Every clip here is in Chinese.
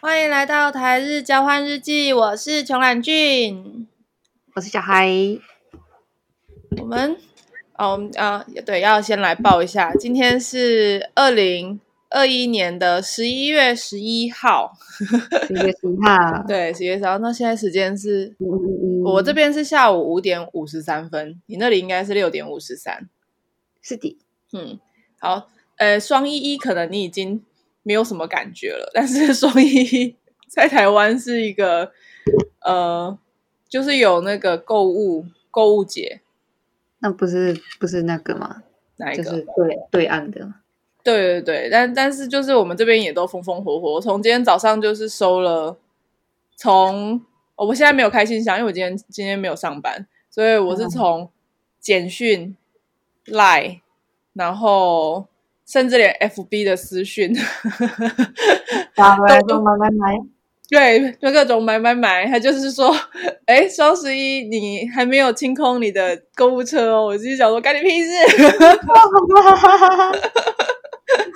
欢迎来到台日交换日记，我是琼兰俊。我是小孩，我们哦，我们啊，对，要先来报一下，今天是二零二一年的十一月十一号，十月十一号。对，十一月十号。那现在时间是，嗯嗯嗯我这边是下午五点五十三分，你那里应该是六点五十三。是的，嗯，好，呃，双一一可能你已经没有什么感觉了，但是 双一一在台湾是一个呃，就是有那个购物购物节那不是不是那个吗？那一就个，是对对岸的嘛，对对对，但但是就是我们这边也都风风火火，从今天早上就是收了，从哦我现在没有开信箱，因为我今天今天没有上班，所以哦我是从简讯、Line，然后甚至连 FB 的私讯。打回来说买买 买，对，就各种买买买，他就是说， 哎，双十一你还没有清空你的购物车哦，我自己想说，干你屁事！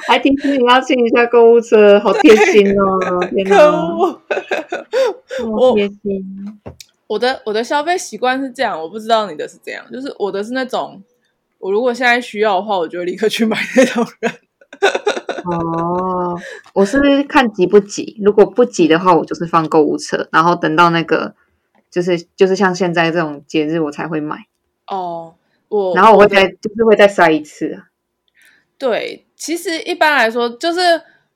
还提醒你要清一下购物车，好贴心 哦！天可哪，恶！这我么贴心，我的我的消费习惯是这样，我不知道你的是怎样，就是我的是那种，我如果现在需要的话，我就会立刻去买那种 人。哦，我是看急不急，如果不急的话，我就是放购物车，然后等到那个就是就是像现在这种节日我才会买，哦， 我然后我会的再就是会再筛一次啊。对，其实一般来说，就是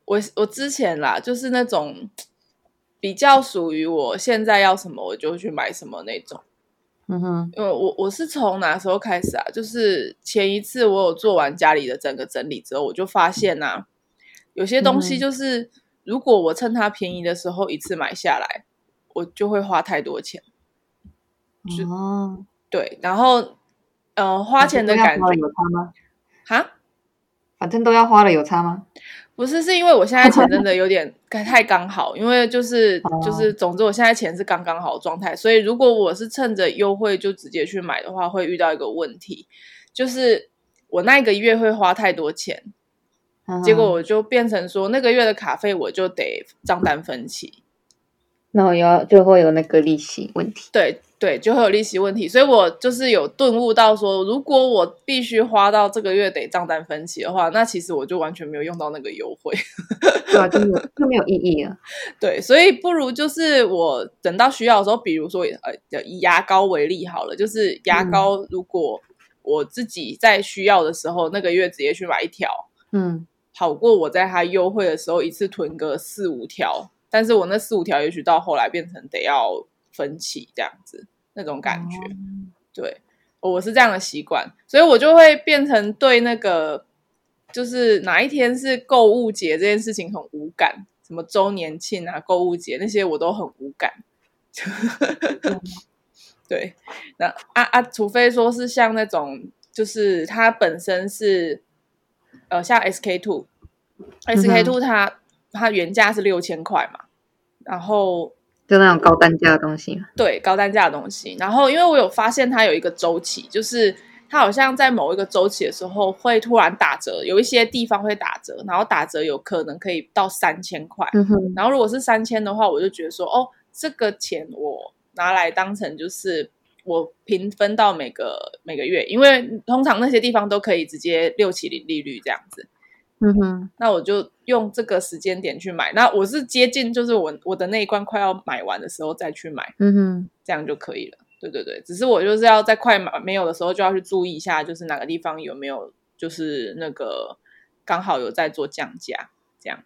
我我之前啦，就是那种比较属于我现在要什么我就去买什么那种。嗯哼，因为呃我我是从哪时候开始啊？就是前一次我有做完家里的整个整理之后，我就发现呐、有些东西嗯就是、如果我趁它便宜的时候一次买下来，我就会花太多钱。是哦，对，然后呃，花钱的反感觉正都哦要花了有差吗？哈，反正都要花了有差吗？不是是因为我现在钱真的有点太刚好，因为就是哦就是，总之我现在钱是刚刚好的状态，所以如果我是趁着优惠就直接去买的话，会遇到一个问题，就是我那一个月会花太多钱。嗯哼结果我就变成说，那个月的卡费我就得账单分期，那我要就会有那个利息问题。对对，就会有利息问题。所以我就是有顿悟到说，如果我必须花到这个月得账单分期的话，那其实我就完全没有用到那个优惠。 对啊，就没有就没有意义了。对，所以不如就是我等到需要的时候，比如说呃，以牙膏为例好了，就是牙嗯膏，如果我自己在需要的时候，那个月直接去买一条，嗯，好过我在它优惠的时候一次囤个四五条，但是我那四五条也许到后来变成得要分期这样子那种感觉。对，哦我是这样的习惯，所以我就会变成对那个就是哪一天是购物节这件事情很无感，什么周年庆啊、购物节那些我都很无感。 对，那啊啊，除非说是像那种，就是它本身是呃，像 SK two、SK two 它它原价是六千块嘛，然后就那种高单价的东西嘛。对高单价的东西。然后因为我有发现它有一个周期，就是它好像在某一个周期的时候会突然打折，有一些地方会打折，然后打折有可能可以到三千块。嗯哼，然后如果是三千的话，我就觉得说，哦，这个钱我拿来当成就是我平分到每个每个月，因为通常那些地方都可以直接六七零利率这样子。嗯哼，那我就用这个时间点去买，那我是接近就是我我的那一关快要买完的时候再去买，嗯哼，这样就可以了。对对对，只是我就是要在快买没有的时候就要去注意一下，就是哪个地方有没有就是那个刚好有在做降价这样。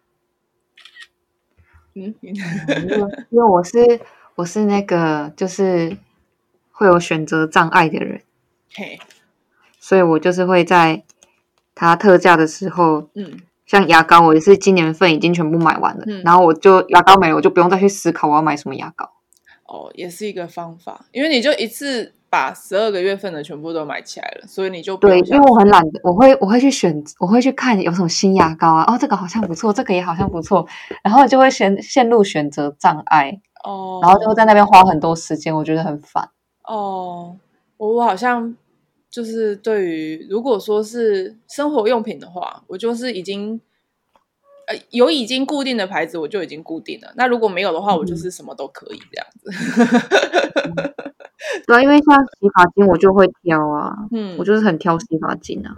嗯， 你因为因为我是我是那个就是会有选择障碍的人，嘿，所以我就是会在它特价的时候。嗯，像牙膏，我也是今年份已经全部买完了，嗯然后我就牙膏没了，我就不用再去思考我要买什么牙膏。哦，也是一个方法，因为你就一次把十二个月份的全部都买起来了，所以你就不对，用因为想我很懒得，我会我会去选，我会去看有什么新牙膏啊，哦，这个好像不错，这个也好像不错，然后就会陷陷入选择障碍，哦，然后就会在那边花很多时间，我觉得很烦。哦，我我好像就是对于如果说是生活用品的话，我就是已经呃有已经固定的牌子，我就已经固定了。那如果没有的话，我就是什么都可以这样子。对啊，因为像洗发精我就会挑啊，嗯，我就是很挑洗发精啊。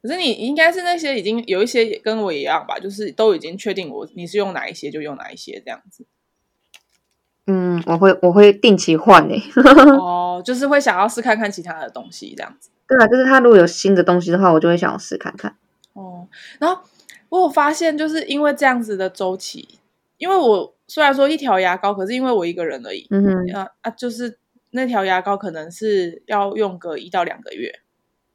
可是你应该是那些已经有一些也跟我一样吧，就是都已经确定我你是用哪一些就用哪一些这样子。嗯，我会我会定期换欸 诶、哦，就是会想要试看看其他的东西这样子。对啊，就是它如果有新的东西的话，我就会想要试看看。哦，然后我有发现，就是因为这样子的周期，因为我虽然说一条牙膏，可是因为我一个人而已，嗯哼，啊啊，就是那条牙膏可能是要用个一到两个月，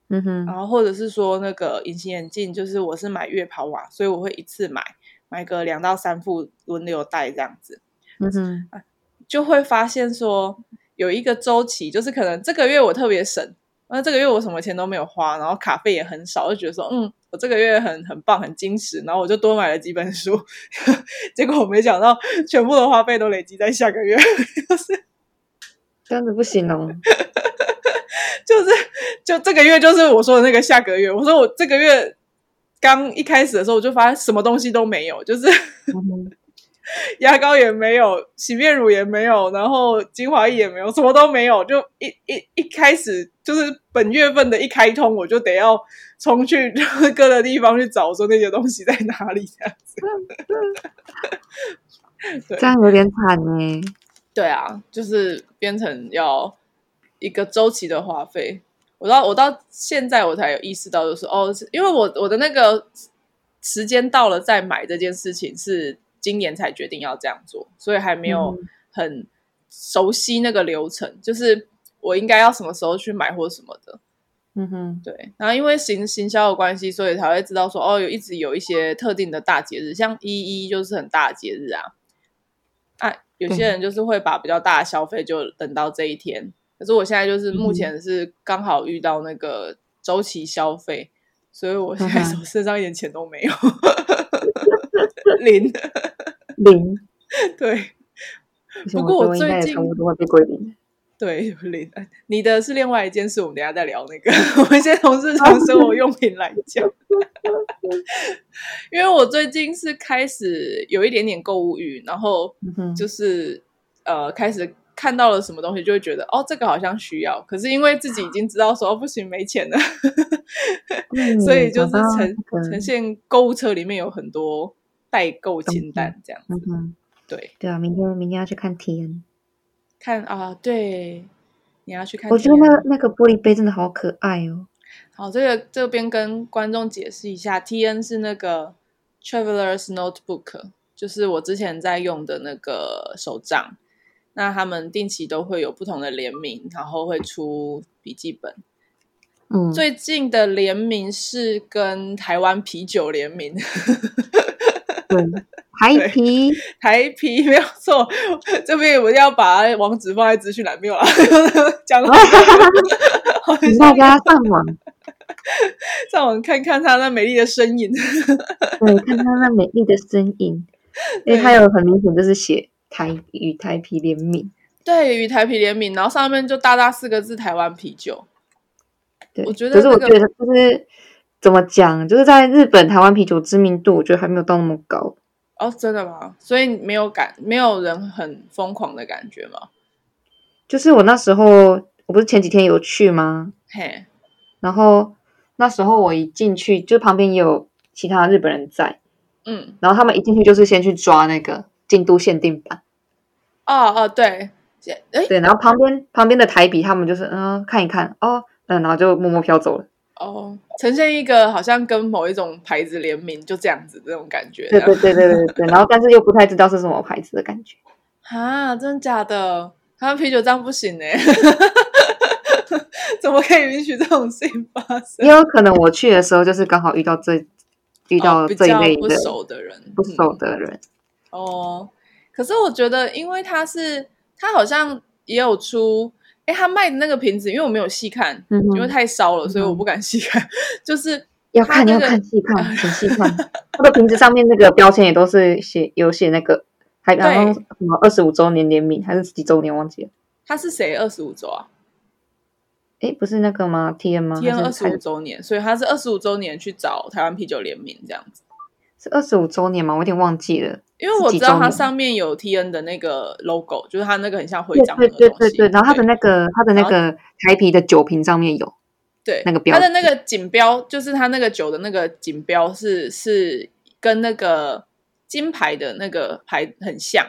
嗯哼，然后或者是说那个隐形眼镜，就是我是买月抛嘛，所以我会一次买买个两到三副轮流戴这样子。嗯哼，就会发现说有一个周期，就是可能这个月我特别省，那这个月我什么钱都没有花，然后卡费也很少，就觉得说，嗯，我这个月很很棒，很矜持，然后我就多买了几本书， 结果我没想到全部的花费都累积在下个月，就是这样子不行哦。就是就这个月就是我说的那个下个月，我说我这个月。刚一开始的时候，我就发现什么东西都没有，就是 嗯哼牙膏也没有，洗面乳也没有，然后精华液也没有，什么都没有。就一一一开始就是本月份的一开通，我就得要冲去 各个地方去找，说那些东西在哪里这样子。对这样有点惨欸呢。对啊，就是变成要一个周期的花费。我到我到现在我才有意识到，就是哦，是因为我我的那个时间到了再买这件事情是今年才决定要这样做，所以还没有很熟悉那个流程，就是我应该要什么时候去买或什么的。嗯哼，对，然后因为行行销的关系，所以才会知道说哦，有一直有一些特定的大节日，像一一就是很大的节日啊。啊，有些人就是会把比较大的消费就等到这一天，可是我现在就是目前是刚好遇到那个周期消费，所以我现在嗯手身上一点钱都没有， 零。零。对不行不过我觉我最嗯得应该也近差不多会被归零。对，有零。哎你的是另外一件事，我们等一下再聊那个。 我们先从日常生活用品来 讲。因为我最近是开始有一点点购物欲，然后嗯哼，就是呃开始看到了什么东西就会觉得哦这个好像需要，可是因为自己已经知道说、哦、不行没钱了，嗯所以就是找到呈那个呈现购物车里面有很多代购清单这样嗯子。哼，对，对啊，明天明天要去看 T N，看啊，对，你要去看我觉得天那啊个那个玻璃杯真的好可爱哦。好，这个这边跟观众解释一下，T N 是那个 Traveler's Notebook，就是我之前在用的那个手账。那他们定期都会有不同的联名，然后会出笔记本。嗯，最近的联名是跟台湾啤酒联名，对，海皮，台啤没有错。这边我要把网址放在资讯栏，没有啦，哦讲好好请大像家上网，上网看看他那美丽的身影。对，看它那美丽的身影。因为它有很明显就是写台与台皮联名，对，与台啤联名，然后上面就大大四个字“台湾啤酒对，我觉得可是我那觉个得就是怎么讲，就是在日本台湾啤酒知名度，我觉得还没有到那么高。”。哦，真的吗？所以没有感，没有人很疯狂的感觉吗？就是我那时候，我不是前几天有去吗？嘿，然后那时候我一进去，就旁边也有其他日本人在，嗯，然后他们一进去就是先去抓那个京都限定版，哦哦，对，现哎对，然后旁边旁边的台比他们就是嗯、看一看哦，嗯，然后就默默飘走了。哦，呈现一个好像跟某一种牌子联名，就这样子这种感觉。对对对对对对，然后但是又不太知道是什么牌子的感觉。啊，真的假的？台湾啤酒这样不行呢、 怎么可以允许这种事情发生？也有可能我去的时候就是刚好遇到这遇到哦比这一较类不的、熟的人，不嗯熟的人，哦，可是我觉得，因为它是它好像也有出，诶，他卖的那个瓶子，因为我没有细看，嗯哼因为太烧了，所以我嗯不敢细看。 就是要它看那要个看细看，很细看。 那个瓶子上面那个标签也都是写有写那个，还对然后什么二十五周年联名还是几周年忘记了？它是谁二十五周啊诶，不是那个吗？T N 吗？ ？T N 还二哦是十五周年，所以它是二十五周年去找台湾啤酒联名这样子。是二十五周年吗？我有点忘记了。因为我知道它上面有 T N 的那个 logo，就是它那个很像徽章的东西。对对对对对。然后它的那个它的那个台啤的酒瓶上面有对那个标，它的那个锦标，就是它那个酒的那个锦标是是跟那个金牌的那个牌很像，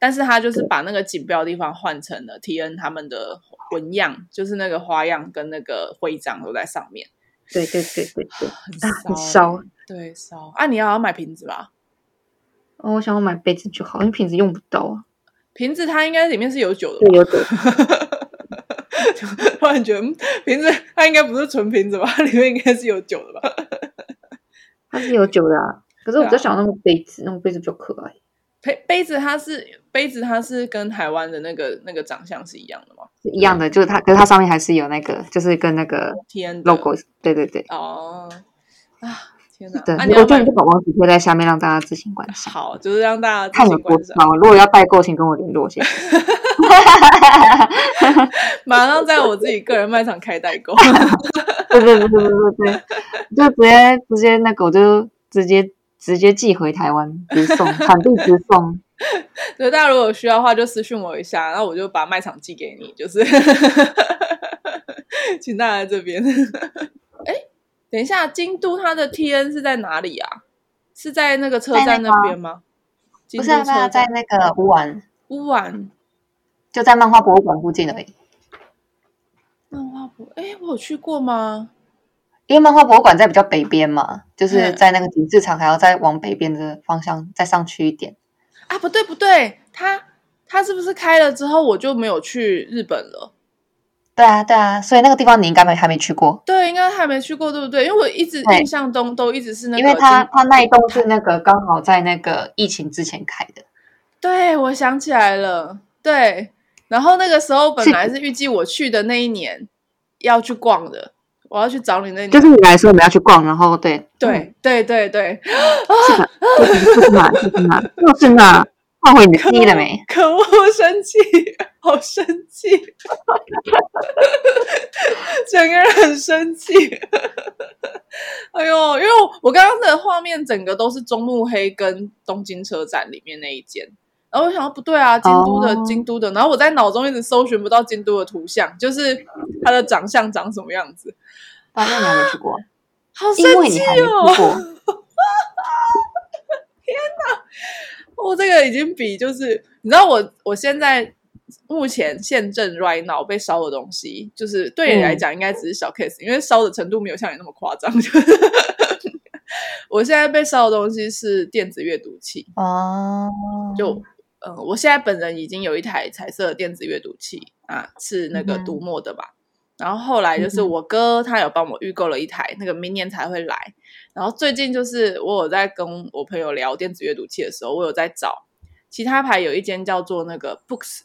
但是它就是把那个锦标的地方换成了 T N 他们的纹样，就是那个花样跟那个徽章都在上面。对对对对对，啊很烧、欸，对烧啊！你要买瓶子吧？哦，我想要买杯子就好，因为瓶子用不到啊。瓶子它应该里面是有酒的对，有酒。 突然觉得嗯瓶子它应该不是纯瓶子吧？里面应该是有酒的吧？它是有酒的啊，可是我比较想要那个杯子，啊、那种杯子比较可爱。杯杯子它是杯子，它是跟台湾的那个那个长相是一样的吗？是一样的，就是它，可是它上面还是有那个，就是跟那个 logo，对对对。哦，啊，天哪！对，啊、我觉得你就把网址贴在下面，让大家自行观 赏。好，就是让大家看有多少。如果要代购，请跟我联络谢谢。 马上在我自己个人卖场开代 购。对对对对对对，就直接直接那个，我就直接。直接寄回台湾，直送，产地直送。对，大家如果有需要的话，就私信我一下，然后我就把卖场寄给你，就是， 请大家这边。哎等一下，京都它的 T N 是在哪里啊？是在那个车站那边吗？那個、不是、啊，在在那个乌丸，乌丸就在漫画博物馆附近而已。漫画博，哎、欸，我有去过吗？因为漫画博物馆在比较北边嘛，嗯就是在那个景市场，还要再往北边的方向再上去一点。啊，不对不对，他他是不是开了之后我就没有去日本了？对啊对啊，所以那个地方你应该没还没去过。对，应该还没去过，对不对？因为我一直印象中都一直是那个，因为他他那一栋是那个刚好在那个疫情之前开的。对，我想起来了，对。然后那个时候本来是预计我去的那一年要去逛的。我要去找你那，就是你嗯来说我们要去逛，然后对对对对对，啊，就是那，就是那，就是那，换回你的记忆了没？可恶，生气，好生气，整个人很生气。哎呦，因为我刚刚的画面整个都是中目黑跟东京车站里面那一间，然后我想不对啊，京都的、哦、京都的，然后我在脑中一直搜寻不到京都的图像，就是它的长相长什么样子。反正你还没去过，好哦因为你还没去过。天哪，我哦这个已经比就是，你知道我我现在目前现正 right now 被烧的东西，就是对你来讲应该只是小 case，、嗯、因为烧的程度没有像你那么夸张。 我现在被烧的东西是电子阅读器哦，就嗯、呃，我现在本人已经有一台彩色的电子阅读器啊，是那个读墨的吧。嗯嗯然后后来就是我哥，他有帮我预购了一台，那个明年才会来。然后最近就是我有在跟我朋友聊电子阅读器的时候，我有在找其他牌有一间叫做那个 Books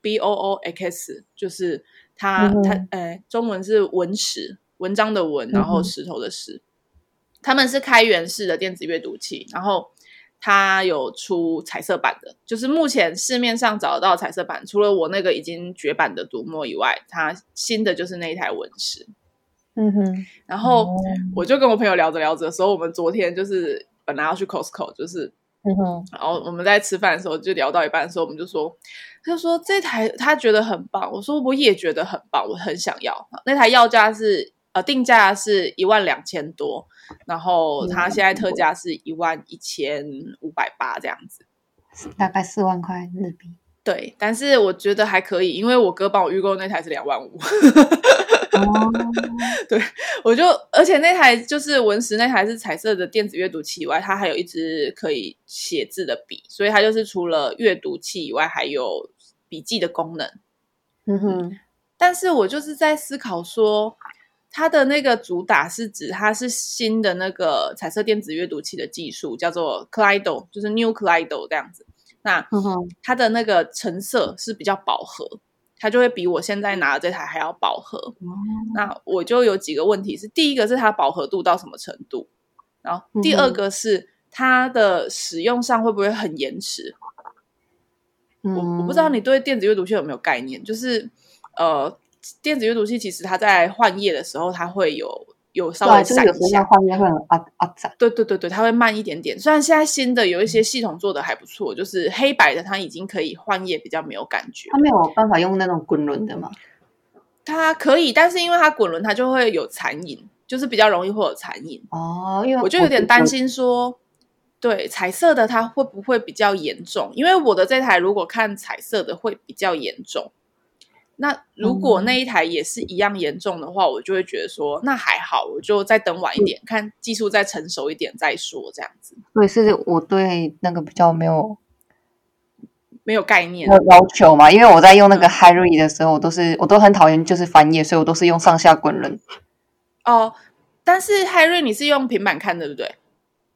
B O O X，就是它、嗯、它呃中文是文石文章的文，然后石头的石。嗯、他们是开源式的电子阅读器，然后它有出彩色版的，就是目前市面上找得到彩色版，除了我那个已经绝版的读墨以外，它新的就是那一台文石。嗯哼，然后我就跟我朋友聊着聊着的时候，我们昨天就是本来要去 Costco，就是嗯哼，然后我们在吃饭的时候就聊到一半的时候，我们就说，他就说这台他觉得很棒，我说我也觉得很棒，我很想要。那台要价是呃定价是一万两千多。然后它现在特价是一万一千五百八这样子，大概四万块日币。对，但是我觉得还可以，因为我哥帮我预购那台是两万五。 哦，对，我就而且那台就是文石那台是彩色的电子阅读器以外，它还有一支可以写字的笔，所以它就是除了阅读器以外，还有笔记的功能。嗯哼，但是我就是在思考说。它的那个主打是指它是新的那个彩色电子阅读器的技术，叫做 Clido，就是 New Clido 这样子。那嗯它的那个成色是比较饱和，它就会比我现在拿的这台还要饱和。那我就有几个问题是：第一个是它饱和度到什么程度？然后第二个是它的使用上会不会很延迟？嗯我我不知嗯道你对电子阅读器有没有概念，就是呃。电子阅读器其实它在换页的时候，它会有有稍啊对，啊微就是闪有时一候下那。画面会很啊啊展，对对对对，它会慢一点点。虽然现在新的有一些系统做的还不错，就是黑白的它已经可以换页，比较没有感觉。它没有办法用那种滚轮的嘛。它可以，但是因为它滚轮，它就会有残影，就是比较容易会有残影。哦，因为啊我就有点担心。心说，对彩色的它会不会比较严重？因为我的这台如果看彩色的会比较严重。那如果嗯那一台也是一样严重的话，我就会觉得说那还好，我就再等晚一点，看技术再成熟一点再说，这样子对，是我对那个比较没有没有概没念。有要求嘛，因为我在用那个嗯 h i r i 的时候，我都是我都很讨厌就是翻页，所以我都是用上下滚轮。哦，但是海瑞，你是用平板看的对不对？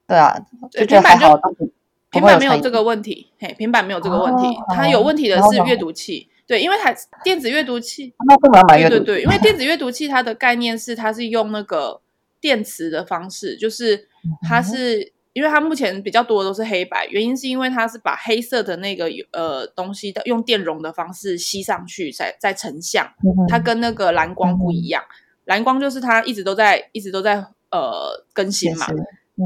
对啊，对就觉得平还板就好，但是不平会板没有有这个问题，嘿，平板没有这个问题，哦它有问题的然后是呢阅读器，对，因为它电子阅读器，那干嘛买阅对读对对，因为电子阅读器它的概念是它是用那个电磁的方式，就是它嗯是因为它目前比较多的都是黑白，原因是因为它是把黑色的那个呃东西的用电容的方式吸上去，再再成像，嗯它跟那个蓝光不一样，蓝光就是它一直都在一直都在呃更新嘛，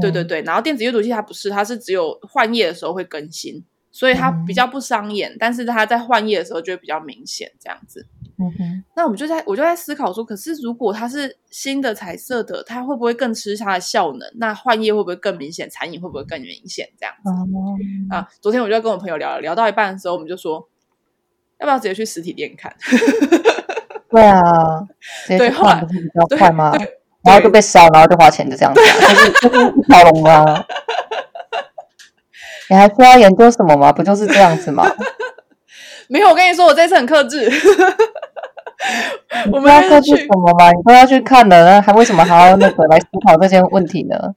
对嗯对，对，然后电子阅读器它不是，它是只有换页的时候会更新，所以它嗯比较不伤眼，但是它在换页的时候就会比较明显这样子。嗯哼那我们就在我就在思考说，可是如果它是新的彩色的，它会不会更吃它的效能？那换页会不会更明显？残影会不会更明显？这样子、哦啊？昨天我就在跟我朋友聊，聊到一半的时候，我们就说，要不要直接去实体店看？ 对啊，直接对去后换来不是比较快吗？然后对就被烧，然后就花钱，就这样子啊，就是就是一条龙啊。 你还需要研究什么吗？不就是这样 子吗？没有，我跟你说，我这次很克 制。你我们知道那这次是去什，么吗？你都要去看了，那还为什么还要那个来思考这些问题呢？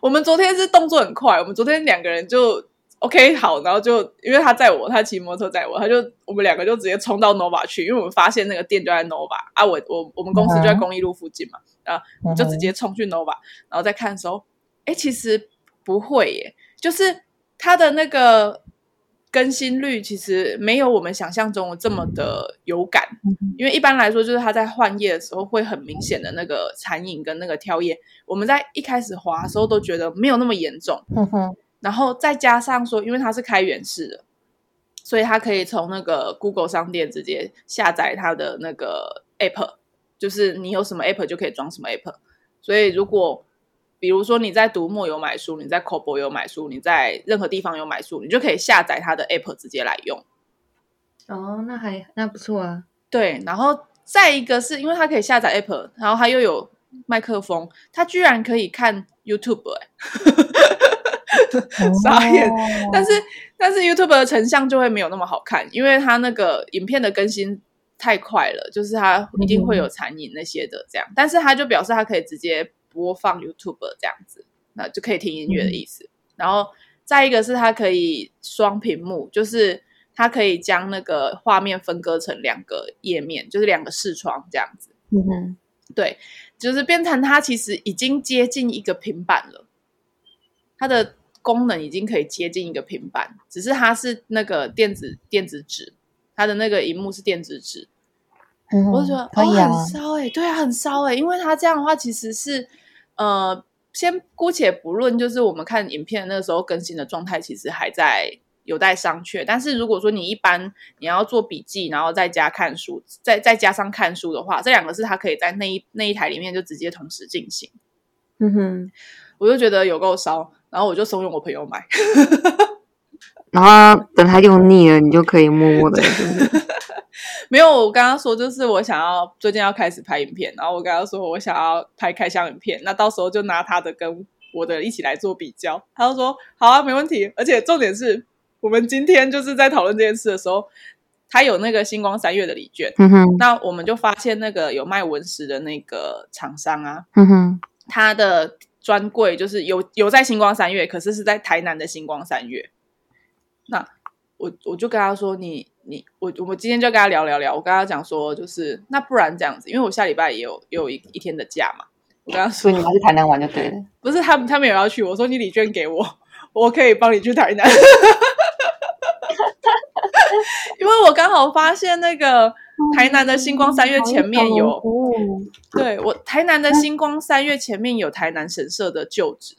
我们昨天是动作很快，我们昨天两个人就 OK 好，然后就因为他载我，他骑摩托车载我，他就我们两个就直接冲到 Nova 去，因为我们发现那个店就在 Nova 啊，我我我们公司就在嗯公益路附近嘛，嗯哼就直接冲去 Nova，然后再看的时候，哎，其实不会耶，就是它的那个更新率其实没有我们想象中的这么的有感，嗯因为一般来说就是它在换页的时候会很明显的那个残影跟那个跳页，我们在一开始滑的时候都觉得没有那么严重，嗯哼，然后再加上说，因为它是开源式的，所以它可以从那个 Google 商店直接下载它的那个 App，就是你有什么 App 就可以装什么 App。所以如果比如说你在读墨有买书，你在 c o b o 有买书，你在任何地方有买书，你就可以下载它的 App 直接来用。哦，那还那不错啊。对，然后再一个是因为它可以下载 App，然后它又有麦克风，它居然可以看 YouTube 哎、 傻眼哦但是但是 YouTube 的成像就会没有那么好看，因为它那个影片的更新太快了，就是它一定会有残影那些的这样。但是它就表示它可以直接播放 YouTube 这样子，那就可以听音乐的意思。然后再一个是它可以双屏幕，就是它可以将那个画面分割成两个页面，就是两个视窗这样子。嗯哼，对，就是变成它其实已经接近一个平板了，它的功能已经可以接近一个平板，只是它是那个电子电子纸，它的那个荧幕是电子纸，嗯哼我就觉得、可以啊哦，，很烧哎、欸，对啊，很烧哎、欸，因为它这样的话其实是呃，先姑且不论，就是我们看影片那个时候更新的状态，其实还在。有待商榷，但是如果说你一般你要做笔记，然后在家看书，再再加上看书的话，这两个是它可以在那一那一台里面就直接同时进行，嗯哼。我就觉得有够烧，然后我就怂恿我朋友买，然后等他用腻了，你就可以默默的， 就是没有，我刚刚说就是我想要最近要开始拍影片，然后我跟他说我想要拍开箱影片，那到时候就拿他的跟我的一起来做比较。他就说好啊，没问题。而且重点是我们今天就是在讨论这件事的时候，他有那个星光三月的礼券，嗯哼，那我们就发现那个有卖文石的那个厂商啊，嗯哼，他的专柜就是有有在星光三月，可是是在台南的星光三月。那我我就跟他说，你你我我今天就跟他聊聊聊，我跟他讲说，就是那不然这样子，因为我下礼拜也有也有一一天的假嘛，我跟他所说以你们去台南玩就对了。不是他们他们有要去，我说你礼券给我，我可以帮你去 台南，因为我刚好发现那个台南的星光三月前面有，哦对我台南的星光三月前面有台南神社的旧址，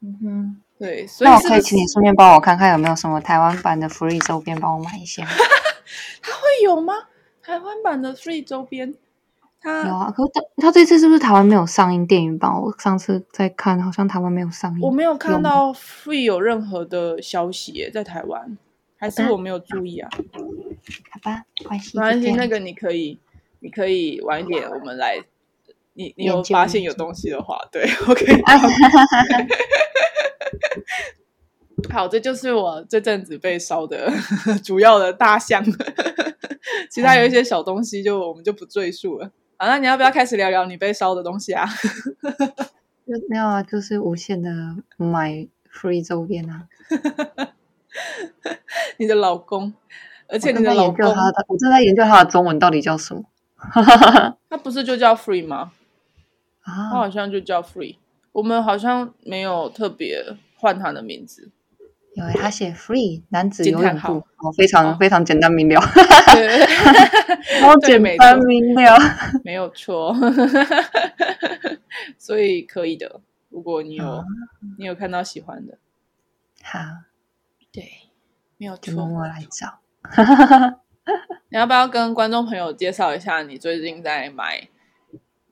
嗯哼，对，所以那我是可不以是请你顺便帮我看看有没有什么台湾版的福利周边，帮我买一 些吗。会有吗？台湾版的 Three 周边，有它啊，可是他他这次是不是台湾没有上映电影版？我上次在看，好像台湾没有上映。我没有看有吗到 Free 有任何的消息耶，在台湾，还是我没有注意啊？好吧，关系没就这关系，样那个你可以，你可以晚一点，我们来。你你有研究发现研有究东西的话，对，OK。好，这就是我这阵子被烧的主要的大项，其他有嗯一些小东西就我们就不赘述了。好，那你要不要开始聊聊你被烧的东西啊？ 就没有啊，就是无限的买 free 周边啊。你的老公，而且我你正的在老研究公它的，我正在研究它的中文到底叫什么他不是就叫 free 吗？他啊？好像就叫 free，我们好像没有特别换他的名字。 因为它写 free 男子惊游叹泳号裤，哦，非常非常简 单明了，对超对简没单错明了。没有错， 所以可以的。如果你有、啊你有看到喜欢的，好，对，没有就默错。默来找。你要不要跟观众朋友介绍一下你最近在买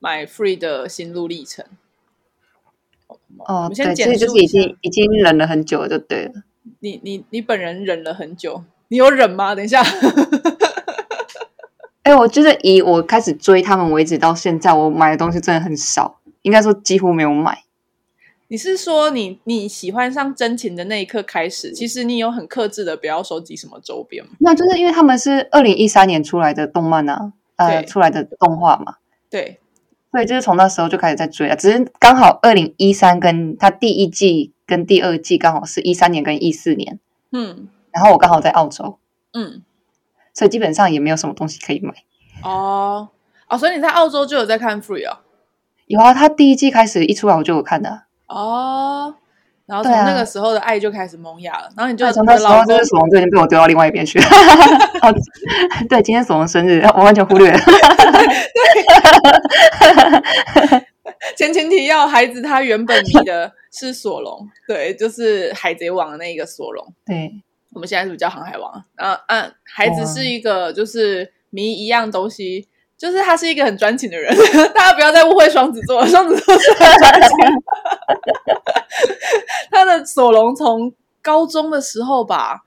买 free 的心路历程？我哦，们对，先所以简就是述已一下。经已经忍了很久了，就对了。你你你本人忍了很久，你有忍吗？等一下， 哎、我觉得以我开始追他们为止到现在，我买的东西真的很少，应该说几乎没有买。你是说你你喜欢上真情的那一刻开始，其实你有很克制的不要收集什么周边吗？那就是因为他们是二零一三年出来的动漫啊，呃，对出来的动画嘛，对，所以就是从那时候就开始在追了。啊只是刚好二零一三跟他第一季跟第二季刚好是一三年跟一四年，嗯然后我刚好在澳洲，嗯，所以基本上也没有什么东西可以买。哦哦，所以你在澳洲就有在看 Free 哦，有啊，他第一季开始一出来我就有看的啊、哦，然后从对啊那个时候的爱就开始萌芽了，然后你就对，啊从你那的时候老就公是死亡就已经被我丢到另外一边 去了。哦，对，今天死亡生日，我完全忽略了。前前提要孩子他原本迷的是索隆， 对，就是海贼王的那一个索隆，对，我们现在是不是叫航海王？然后嗯，孩子是一个就是迷一样东西，就是他是一个很专情的人， 大家不要再误会双子座， 双子座是很专情的。他的索隆从高中的时候吧，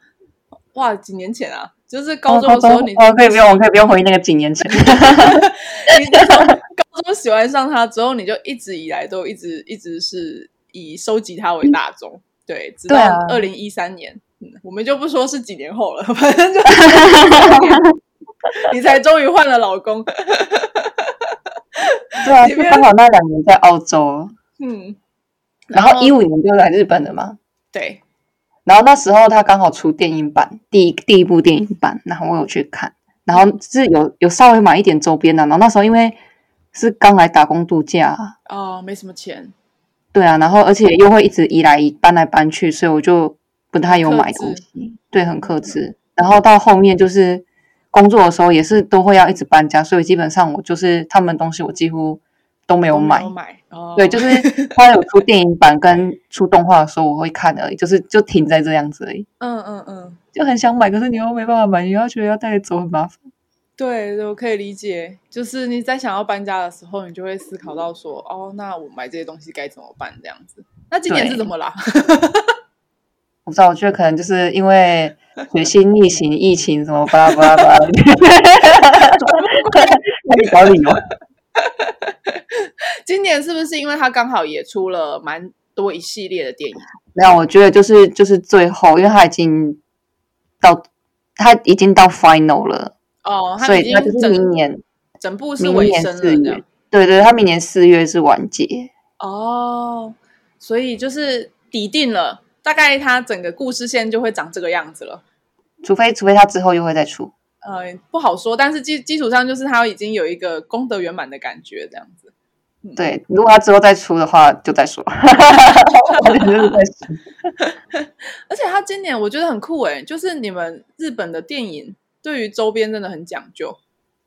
哇，几年前啊，就是高中的时候你，哦，可以不用，可以不用回那个几年 前。你从 高中喜欢上他之后，你就一直以来都一直一直是以收集他为大宗，对，直到对啊二零一三年、嗯，我们就不说是几年后了， 反正就你才终于换了老公，对啊，前就面刚好那两年在澳洲，嗯，然然后后一五年就来日本了嘛。对，然后那时候他刚好出电影版，第一第一部电影版，然后我有去看，然后是有有稍微买一点周边啊的、然后那时候因为是刚来打工度假啊、哦，没什么钱，对啊，然后而且又会一直移来移搬来搬去，所以我就不太有克买制东西，对，很克制。然后到后面就是工作的时候也是都会要一直搬家，所以基本上我就是他们东西我几乎都没有都没买有。买，哦，对，就是他有出电影版跟出动画的时候我会看而已，就是就停在这样子而已，嗯嗯嗯，就很想买，可是你又没办法买，你又要觉得要带走很麻烦。对，我可以理解，就是你在想要搬家的时候，你就会思考到说，哦，那我买这些东西该怎么办这样子。那今年是对怎么啦？我不知道，我觉得可能就是因为血腥逆行、疫情什么巴拉巴拉 巴拉的，开始找理由。今年是不是因为他刚好也出了蛮多一系列的电影？没有，我觉得就是就是最后，因为他已经到他已经到 final 了，哦，所他已以经他就是整明年整部是明尾年声了四这月样。，对对，他明年四月是完结，哦，所以就是底定了，大概他整个故事线就会长这个样子了。除非除非他之后又会再出。呃，不好说，但是基基础上就是他已经有一个功德圆满的感觉，这样子。对，如果他之后再出的话，就再 说。我觉得就是再说欸而且他今年我觉得很酷诶，就是你们日本的电影，对于周边真的很讲究。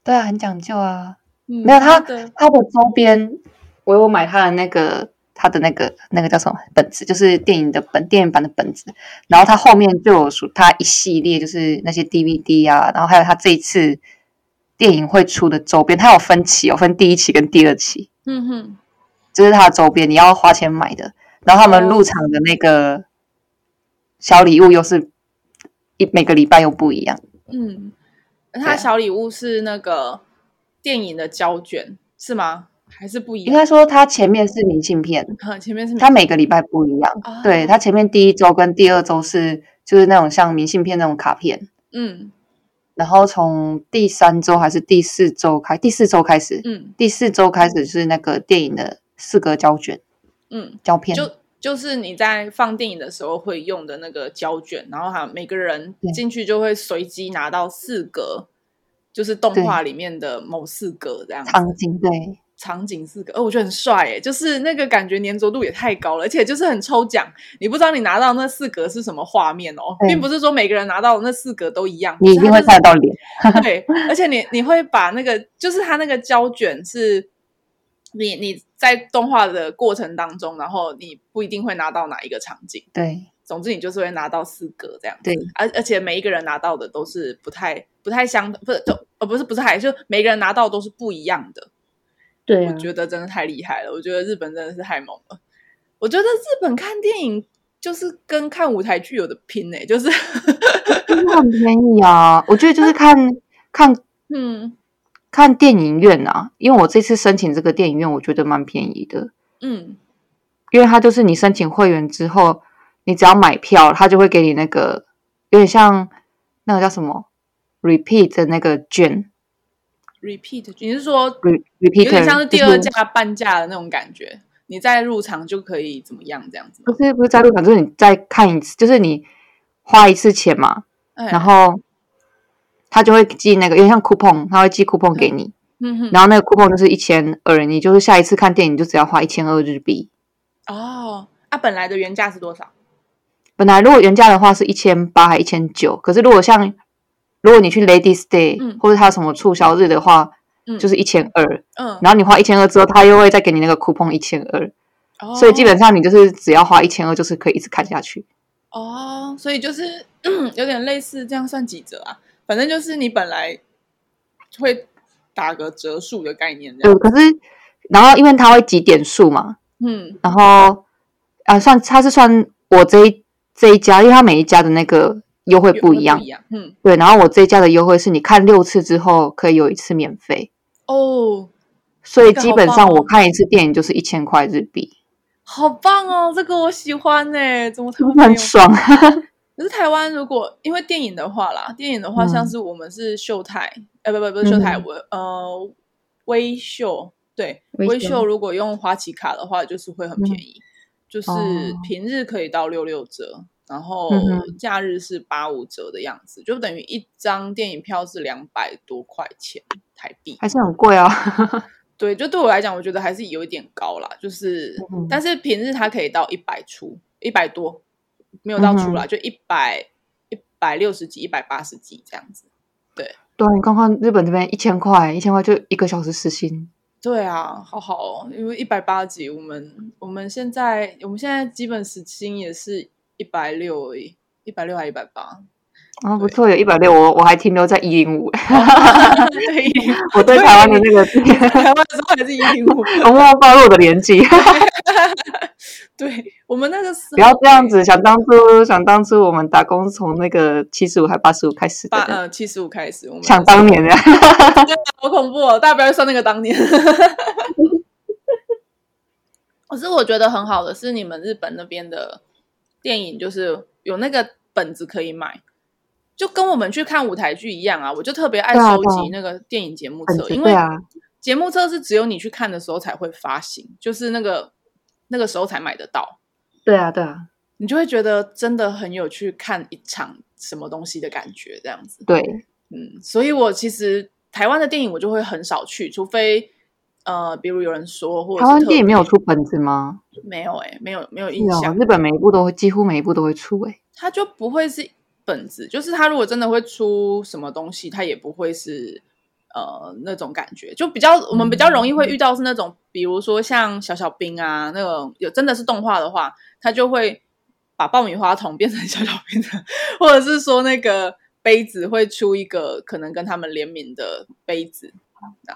对啊，很讲究啊。嗯没有他真的它的周边，我有买它的那个它的那个那个叫什么本子，就是电影的本电影版的本子。然后它后面就有属它一系列，就是那些 DVD 啊，然后还有它这一次电影会出的周边，它有分期，有分第一期跟第二期，嗯哼，这是它的周边，你要花钱买的。然后他们入场的那个小礼物又是一每个礼拜又不一样。嗯，对他啊小礼物是那个电影的胶卷是吗？还是不一应样？该说它前面是明信片，呵 前面是它每个礼拜不一样。啊对，它前面第一周跟第二周是就是那种像明信片那种卡片，嗯然后从第三周还是第四周开，第四周开始，嗯第四周开始就是那个电影的四格胶卷嗯，胶片，就就是你在放电影的时候会用的那个胶卷，然后哈，每个人对进去就会随机拿到四格，就是动对画里面的某四格这样子。场景对，场景四个，哦，我觉得很帅诶，就是那个感觉粘着度也太高了，而且就是很抽奖，你不知道你拿到那四格是什么画面哦，对并不是说每个人拿到的那四格都一样，你一定会可是它看得到脸，就是对，而且你你会把那个，就是它那个胶卷是，你你在动画的过程当中，然后你不一定会拿到哪一个场景，对总之你就是会拿到四格这样子，对而而且每一个人拿到的都是不太不太相同，不是都呃不是不是还就每个人拿到都是不一样的。对啊我觉得真的太厉害了，我觉得日本真的是太猛了。我觉得日本看电影就是跟看舞台剧有的拼呢、欸就是 真的很便宜啊！我觉得就是看看嗯看电影院啊，因为我这次申请这个电影院，我觉得蛮便宜的，嗯因为它就是你申请会员之后，你只要买票，它就会给你那个有点像那个叫什么 repeat 的那个券，repeat，你是说，re 有 repeat 点像是第二就是价半价的那种感觉？你再入场就可以怎么样这样子吗？不是不是在入场，就是你再看一次，就是你花一次钱嘛，哎然后他就会寄那个有点像 coupon，他会寄 coupon 给你，嗯哼，然后那个 coupon 就是一千二，你就是下一次看电影就只要花一千二日币。哦，啊，本来的原价是多少？本来如果原价的话是一千八还一千九，可是如果像如果你去 Ladies Day、嗯或者它有什么促销日的话，嗯，就是一千二，嗯，然后你花一千二之后，它又会再给你那个 coupon 一千二，哦所以基本上你就是只要花一千二，就是可以一直看下去。哦，所以就是 有点类似，这样算几折啊？反正就是你本来会打个折数的概念，这对，样。可是然后因为它会集点数嘛，嗯然后啊算它是算我这一这一家，因为它每一家的那个优惠有不一样不一，样。嗯，对，然后我这一家的优惠是你看六次之后可以有一次免费，哦，所以这个基好本棒上哦我看一次电影就是一千块日币。好棒哦，这个我喜欢呢。怎么 台湾没有很？爽，可是台湾如果因为电影的话啦，电影的话嗯像是我们是秀泰，呃，不不不是秀泰，嗯我呃微秀，对，微秀微秀如果用花旗卡的话，就是会很便宜，就是嗯哦平日可以到六六折。然后嗯哼假日是八五折的样子，就等于一张电影票是两百多块钱台币。还是很贵啊。对，就对我来讲，我觉得还是有一点高啦，就是，嗯但是平日它可以到一百出，一百多，没有嗯到出啦，就一百一百六十几、一百八十几这样子。对啊，你看看日本这边一千块，一千块就一个小时时薪，对啊，好好哦，因为一百八几，我们我们现在我们现在基本时薪也是一百六而已，一百六还一百 八，然后啊不对错，有一百六，我我还停留在一零五， 对，我对台湾 的那个， 台湾的时候还是一零五，我默默暴露我的年纪。 对我们那个时候不要这样子，想当初，想当初我们打工是从那个七十五还八十五开始八的，呃七十五开始，我们想那时候当年的。好恐怖哦！大家不要算那个当年。 可是我觉得很好的是，你们日本那边的电影就是有那个本子可以买，就跟我们去看舞台剧一样啊。我就特别爱对啊收对啊集那个电影节目本册，子因对为啊节目册是只有你去看的时候才会发行，就是那个那个时候才买得到。对啊，对啊，你就会觉得真的很有去看一场什么东西的感觉，这样子。对，嗯，所以我其实台湾的电影我就会很少去，除非呃，比如有人说，或者台是湾特电影没别有出本子吗？没有哎、没有没有是印哦象，日本每一部都会，几乎每一部都会出诶。欸它就不会是本子，就是他如果真的会出什么东西，他也不会是呃那种感觉，就比较我们比较容易嗯会遇到是那种，比如说像小小兵啊那种有真的是动画的话，他就会把爆米花桶变 成小小兵的，或者是说那个杯子会出一个可能跟他们联名的杯子。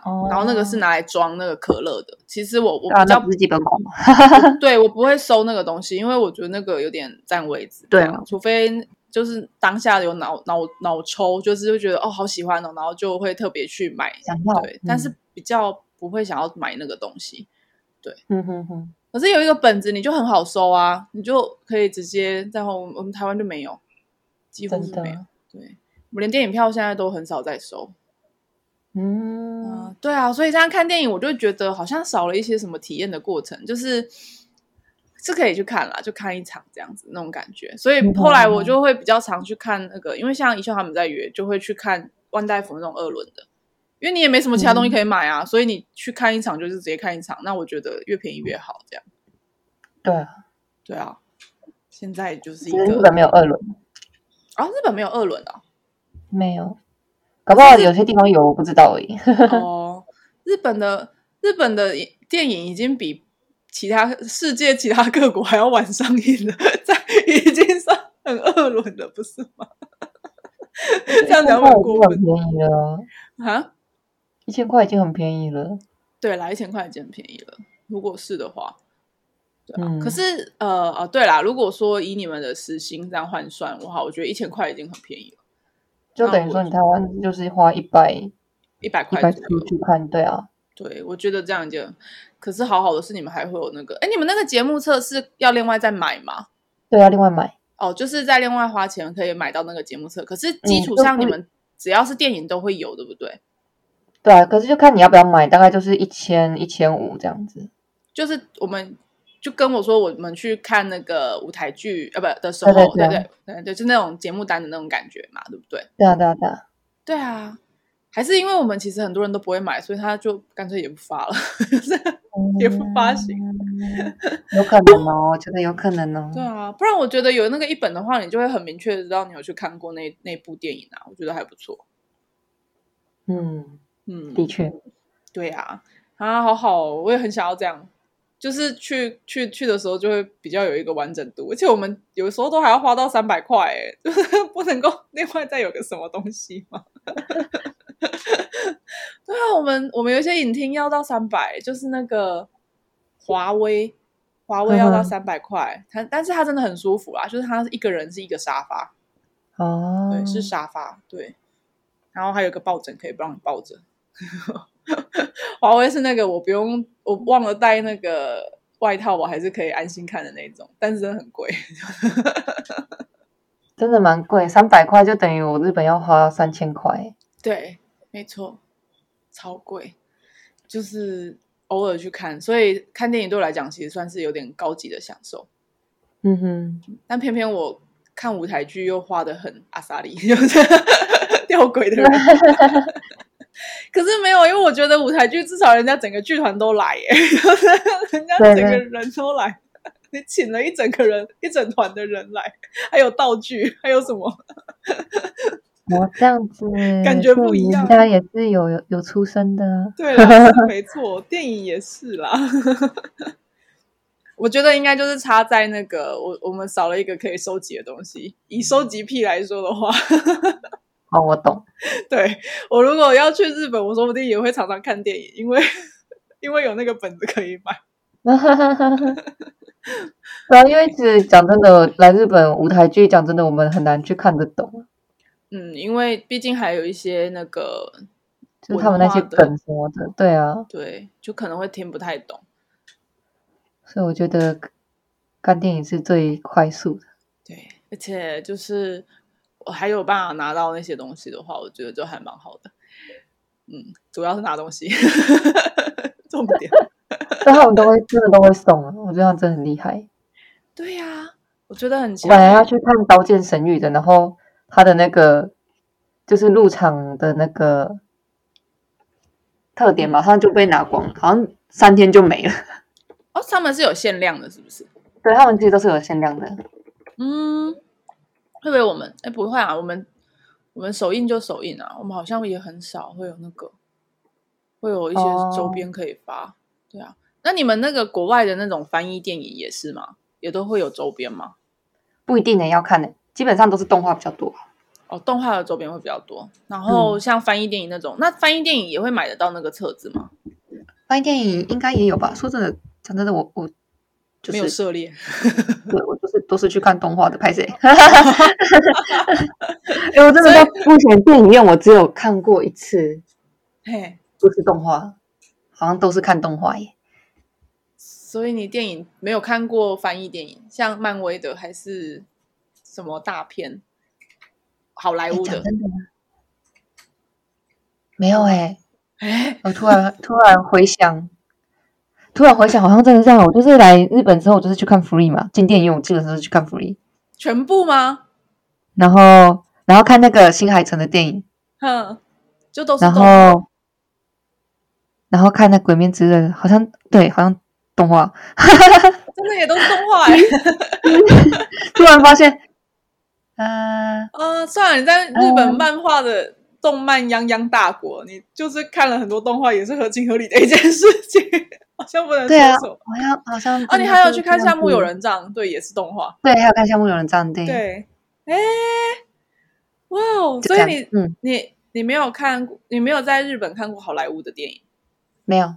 哦然后那个是拿来装那个可乐的。其实我我啊，比那较不是基本款吗？对我不会收那个东西，因为我觉得那个有点占位置。对啊，除非就是当下有脑脑脑抽，就是会觉得哦好喜欢哦，然后就会特别去买。想要对，但是比较不会想要买那个东西。嗯哼哼，可是有一个本子，你就很好收啊，你就可以直接在后我们台湾就没有，几乎真是的没有。对，我们连电影票现在都很少在收。嗯，嗯，对啊，所以这样看电影，我就会觉得好像少了一些什么体验的过程，就是是可以去看啦，就看一场这样子那种感觉。所以后来我就会比较常去看那个，因为像一秀他们在约，就会去看万代福那种二轮的，因为你也没什么其他东西可以买啊，所以你去看一场就是直接看一场。那我觉得越便宜越好，这样对啊，对啊。现在就是一其实日个本没有二轮，啊，日本没有二轮啊，没有，搞不好有些地方有，我不知道而欸已。哦，日本的日本的电影已经比其他世界其他各国还要晚上映了，在已经算很二轮了，不是吗？ 这样讲会很过已经很分便宜了，啊？ 一千块已经很便宜了。对啦，一千块已经很便宜了，如果是的话。对啊，嗯可是呃哦，对啦，如果说以你们的时薪这样换算的话，我觉得一千块已经很便宜了，就等于说你台湾就是花一百一一百块百左出右。去看，对啊，对，我觉得这样就，可是好好的是你们还会有那个，哎，你们那个节目册是要另外再买吗？对啊，另外买，哦，就是在另外花钱可以买到那个节目册，可是基础嗯就是上你们只要是电影都会有，对不对？对啊，可是就看你要不要买，大概就是一千一千五这样子。就是我们就跟我说，我们去看那个舞台剧，呃，不的时候，对对对对对对对，就那种节目单的那种感觉嘛，对不对？对啊，对啊，对啊，对啊，还是因为我们其实很多人都不会买，所以他就干脆也不发了。 也不发行嗯，有可能哦，我觉得有可能哦。对啊，不然我觉得有那个一本的话，你就会很明确的知道你有去看过那那部电影啊，我觉得还不错。嗯，嗯，的确，对啊，啊，好好哦、我也很想要这样，就是去去去的时候就会比较有一个完整度，而且我们有时候都还要花到三百块，哎， 就是不能够另外再有个什么东西嘛。 对啊，我们我们有一些影厅要到三百，就是那个华威，华威要到嗯哼三百块，它但是它真的很舒服啊，就是它一个人是一个沙发，哦，对，是沙发，对，然后还有个抱枕可以帮你抱着。华为是那个我不用，我忘了带那个外套，我还是可以安心看的那种，但是真的很贵。真的蛮贵，三百块就等于我日本要花三千块。 对，没错，超贵，就是偶尔去看，所以看电影对我来讲其实算是有点高级的享受。嗯哼，但偏偏我看舞台剧又画的很阿萨里， 就是吊诡的人。可是没有，因为我觉得舞台剧至少人家整个剧团都来耶， 就是人家整个人都来，你请了一整个人、一整团的人来，还有道具，还有什么？ 我哦这样子感觉不一样人家也是有有有出身的啊。对啦，是没错，电影也是啦。 我觉得应该就是差在那个我我们少了一个可以收集的东西。以收集癖来说的话，哦，我懂， 对我如果要去日本，我说不定也会常常看电影，因为因为有那个本子可以买。对啊，因为其实讲真的，来日本舞台剧，讲真的，我们很难去看得懂，嗯，因为毕竟还有一些那个就是他们那些文化的梗什么的，对啊，对，就可能会听不太懂。所以我觉得看电影是最快速的。对，而且就是我还有办法拿到那些东西的话，我觉得就还蛮好的。嗯，主要是拿东西， 重点。但他们都会真的都会送啊，我觉得他们真的很厉害。 对呀、我觉得很我强本来要去看《刀剑神域》的，然后他的那个就是入场的那个特点，马上就被拿光了，好像三天就 没了。哦，他们是有限量的，是不是？对他们自己都是有限量的，嗯，会不会我们哎不会啊，我们我们首映就首映啊，我们好像也很少会有那个会有一些哦周边可以发。对啊，那你们那个国外的那种翻译电影也是吗？也都会有周边吗？不一定呢、要看呢、基本上都是动画比较多。哦，动画的周边会比较多，然嗯后像翻译电影那种，那翻译电影也会买得到那个册子吗？翻译电影应该也有吧？说真的，讲真的，我我就没有是涉猎，对我就是都是去看动画的 拍摄。哎、我真的在目前电影院我只有看过一次，嘿，不是动画，好像都是看动画耶。所以你电影没有看过翻译电影，像漫威的还是什么大片，好莱哎坞讲的，真的，没有哎、哎，我突然突然回想，突然回想，好像真的这样。我就是来日本之后，我就是去看 Free 嘛，进电影院我基本上都是去看 Free，全部吗？然后然后看那个新海诚的电影，哼，就都是然动画后然后看那《鬼面之刃》，好像对，好像动画。真的也都是动画哎、突然发现，呃，啊，算了，你在日本漫画的动漫泱泱大国，你就是看了很多动画，也是合情合理的一件事情，好像不能说对啊什么。好像好像啊，你还有去看《夏目友人。人帐》？对，也是动画。对，还有看《夏目友人帐》对，对，哎，哇哦！就所以这样你嗯你你没有看过，你没有在日本看过好莱坞的电影没有，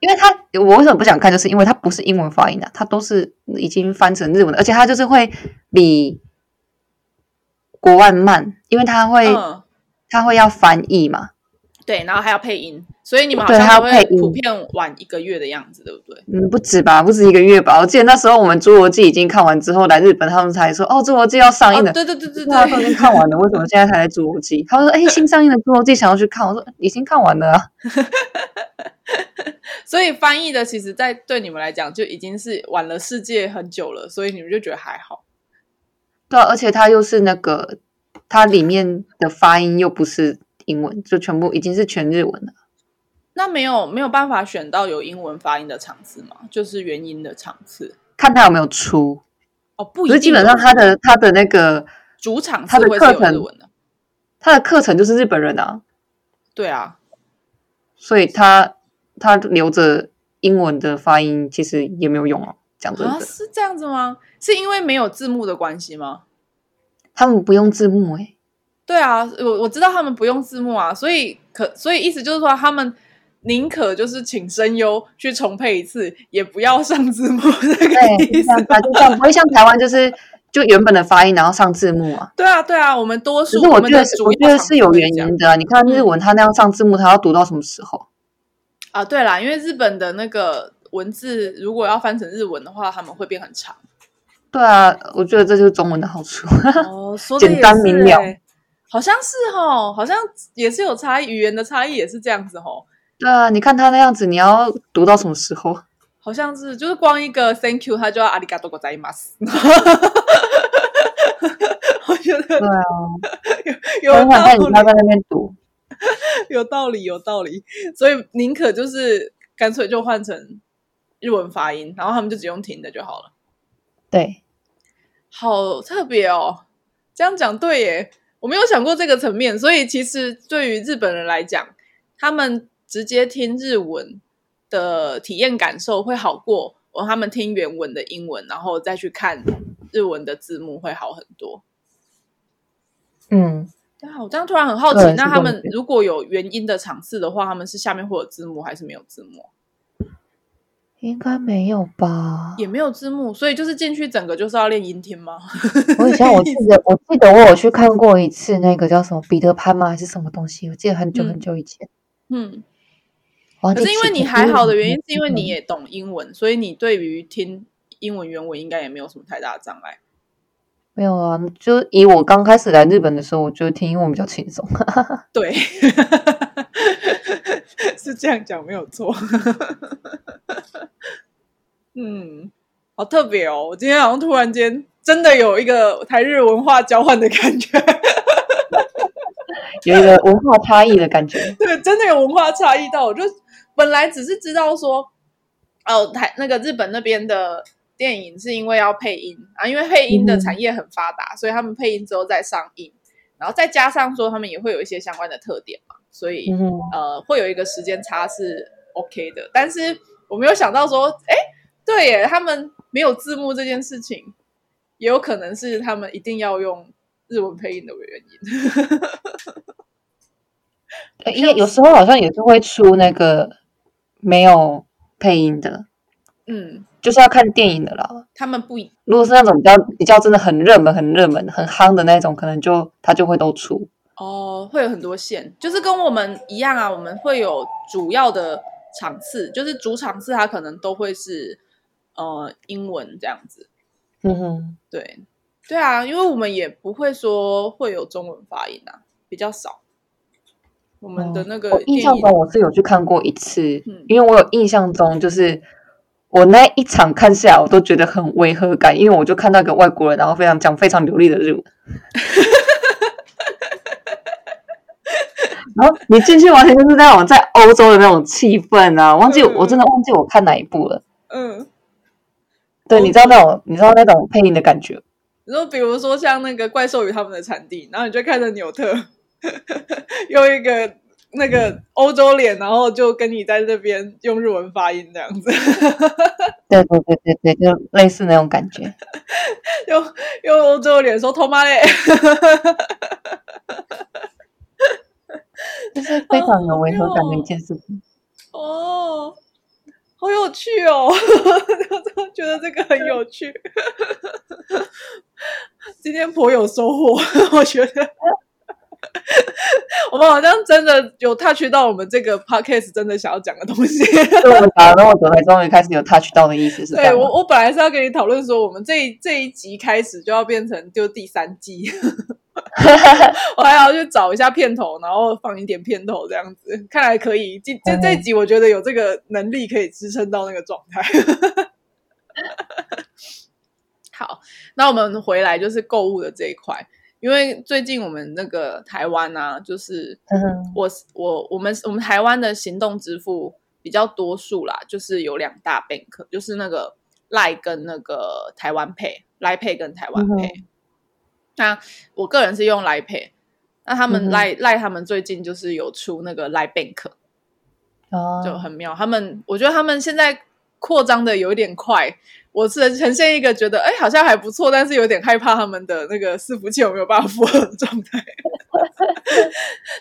因为他我为什么不想看，就是因为它不是英文发音的、啊，它都是已经翻成日文的，而且它就是会比国外慢，因为它会嗯，它会要翻译嘛，对，然后还要配音，所以你们好对还像要都配会音普遍晚一个月的样子，对不对？嗯，不止吧，不止一个月吧。我记得那时候我们《侏罗纪》已经看完之后来日本，他们才说哦，《侏罗纪》要上映了。哦，对对对对对啊，都已经对，看完了，为什么现在才来《侏罗纪》？他们说：“哎、新上映的《侏罗纪》想要去看。”我说：“已经看完了、啊。所以翻译的其实，在对你们来讲就已经是晚了世界很久了，所以你们就觉得还好。”对啊，而且它又是那个，它里面的发音又不是英文，就全部已经是全日文了。那没有没有办法选到有英文发音的场次吗？就是元音的场次看它有没有出，哦，不一可定是有。基本上它的它的那个主场它是的会课是有程日文的，它的课程就是日本人啊，对啊，所以它它留着英文的发音其实也没有用啊。讲真啊的，是这样子吗？是因为没有字幕的关系吗？他们不用字幕 欸诶、对啊，我我知道他们不用字幕啊，所以可所以意思就是说他们。宁可就是请声优去重配一次，也不要上字幕这个对，意就思像它就像不会像台湾就是就原本的发音，然后上字幕啊。对啊，对啊，我们多可数是我们觉得的是主我要觉得场是有会原这样嗯因的啊。你看日文，它那样上字幕，它要读到什么时候？啊。对啦，因为日本的那个文字如果要翻成日文的话，他们会变很长。对啊，我觉得这就是中文的好处。 哦，说的简也单是明了欸 好像是哦，好像也是有差异，语言的差异也是这样子哦。对啊，你看他那样子，你要读到什么 时候？好像是，就是光一个 thank you，他就要阿里嘎多ございます。 我觉对得啊，有缓缓道看理你不，要在那边读。有道理，有道理。所以宁可就是干脆就换成日文发音，然后他们就只用听的就好了。对，好特别哦！这样讲对耶，我没有想过这个层面，所以其实对于日本人来讲，他们直接听日文的体验感受会好过，哦，他们听原文的英文，然后再去看日文的字幕会好很多。嗯，对啊，我这样突然很好奇对，是那这他样们子如果有原音的场次的话，他们是下面会有字幕还是没有字幕？啊应该没有吧？也没有字幕，所以就是进去整个就是要练音听吗？ 我以前我记得，我记得我有去看过一次那个叫什么彼得潘吗？还是什么东西？我记得很久嗯很久以前。嗯，忘可记是因为起你头还好的原因，了是因为你也懂英文，所以你对于听英文原文应该也没有什么太大的障碍。没有啊，就以我刚开始来日本的时候，我觉得听英文比较 轻松。对，是这样讲没有错。嗯，好特别哦！我今天好像突然间真的有一个台日文化交换的感觉，有一个文化差异的感 觉。对，真的有文化差异到，我就本来只是知道说，哦，台那个日本那边的。电影是因为要配音啊，因为配音的产业很发达，所以他们配音之后再上映，然后再加上说他们也会有一些相关的特点嘛，所以嗯哼，呃会有一个时间差是 OK 的。但是我没有想到说，哎，对耶，他们没有字幕这件事情，也有可能是他们一定要用日文配音的原因。 呃因为有时候好像也是会出那个没有配音的，嗯，就是要看电影的啦。他们不一如果是那种比较比较真的很热门、很热门、很夯的那种，可能就它就会都出。哦，会有很多线，就是跟我们一样啊，我们会有主要的场次，就是主场次它可能都会是呃英文这样子，嗯哼，对，对啊，因为我们也不会说会有中文发音啊，比较少。我们的那个哦我印电象影，中我是有去看过一次，嗯因为我有印象中就是我那一场看下来，我都觉得很违和感，因为我就看到一个外国人，然后非常讲非常流利的日 文。然后你进去完全就是那种在欧洲的那种气氛啊！忘记嗯我真的忘记我看哪一部了。嗯，对，你知道那种你知道那种配音的感觉，然后比如说像那个怪兽与他们的产地，然后你就看着纽特 用一个那个欧洲脸，然后就跟你在这边用日文发音这样子。对对对对对，就类似那种感 觉。用用欧洲脸说“他妈嘞就是非常有违和感的一件 事情。”，哦，好有趣哦！ 我觉得这个很有趣。 今天颇有收获， 我觉得。我们好像真的有 touch 到我们这个 podcast 真的想要讲的东西。就我们打了那么久，才终于开始有 touch 到的意思，是这对样吗？我，我本来是要跟你讨论说，我们这一这一集开始就要变成就第三季，我还要去找一下片头，然后放一点片头这样子。看来可以，这这嗯这一集我觉得有这个能力可以支撑到那个状态。 好，那我们回来就是购物的这一块，因为最近我们那个台湾啊，就是嗯哼我是我我们我们台湾的行动支付比较多数啦，就是有两大 bank，就是那个赖跟那个台湾 Pay，赖 Pay 跟台湾嗯哼 Pay。那我个人是用赖 Pay，那他嗯们哼赖赖、他们最近就是有出那个赖 bank，哦就很妙。他们我觉得他们现在扩张的有点快，我是呈现一个觉得哎好像还不错，但是有点害怕他们的那个伺服器有没有办法负荷的状态。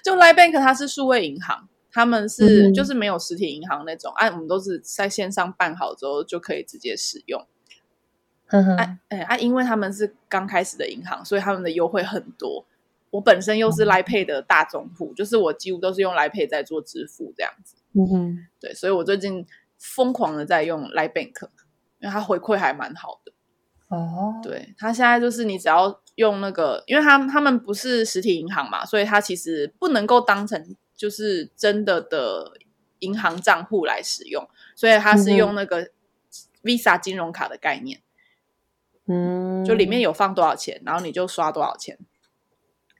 就 Line Bank 它是数位银行，他们是、嗯就是没有实体银行那种，哎、我们都是在线上办好之后就可以直接使用。嗯哼哼哎、哎啊，因为他们是刚开始的银行，所以他们的优惠很多。我本身又是 Line Pay 的大众户，就是我几乎都是用 Line Pay 在做支付这样子。嗯哼，对，所以我最近疯狂的在用 Line Bank，因为它回馈还蛮好的。哦，对，它现在就是你只要用那个，因为他他们不是实体银行嘛，所以它其实不能够当成就是真的的银行账户来使用，所以它是用那个 Visa 金融卡的概念，嗯，就里面有放多少钱，然后你就刷多少钱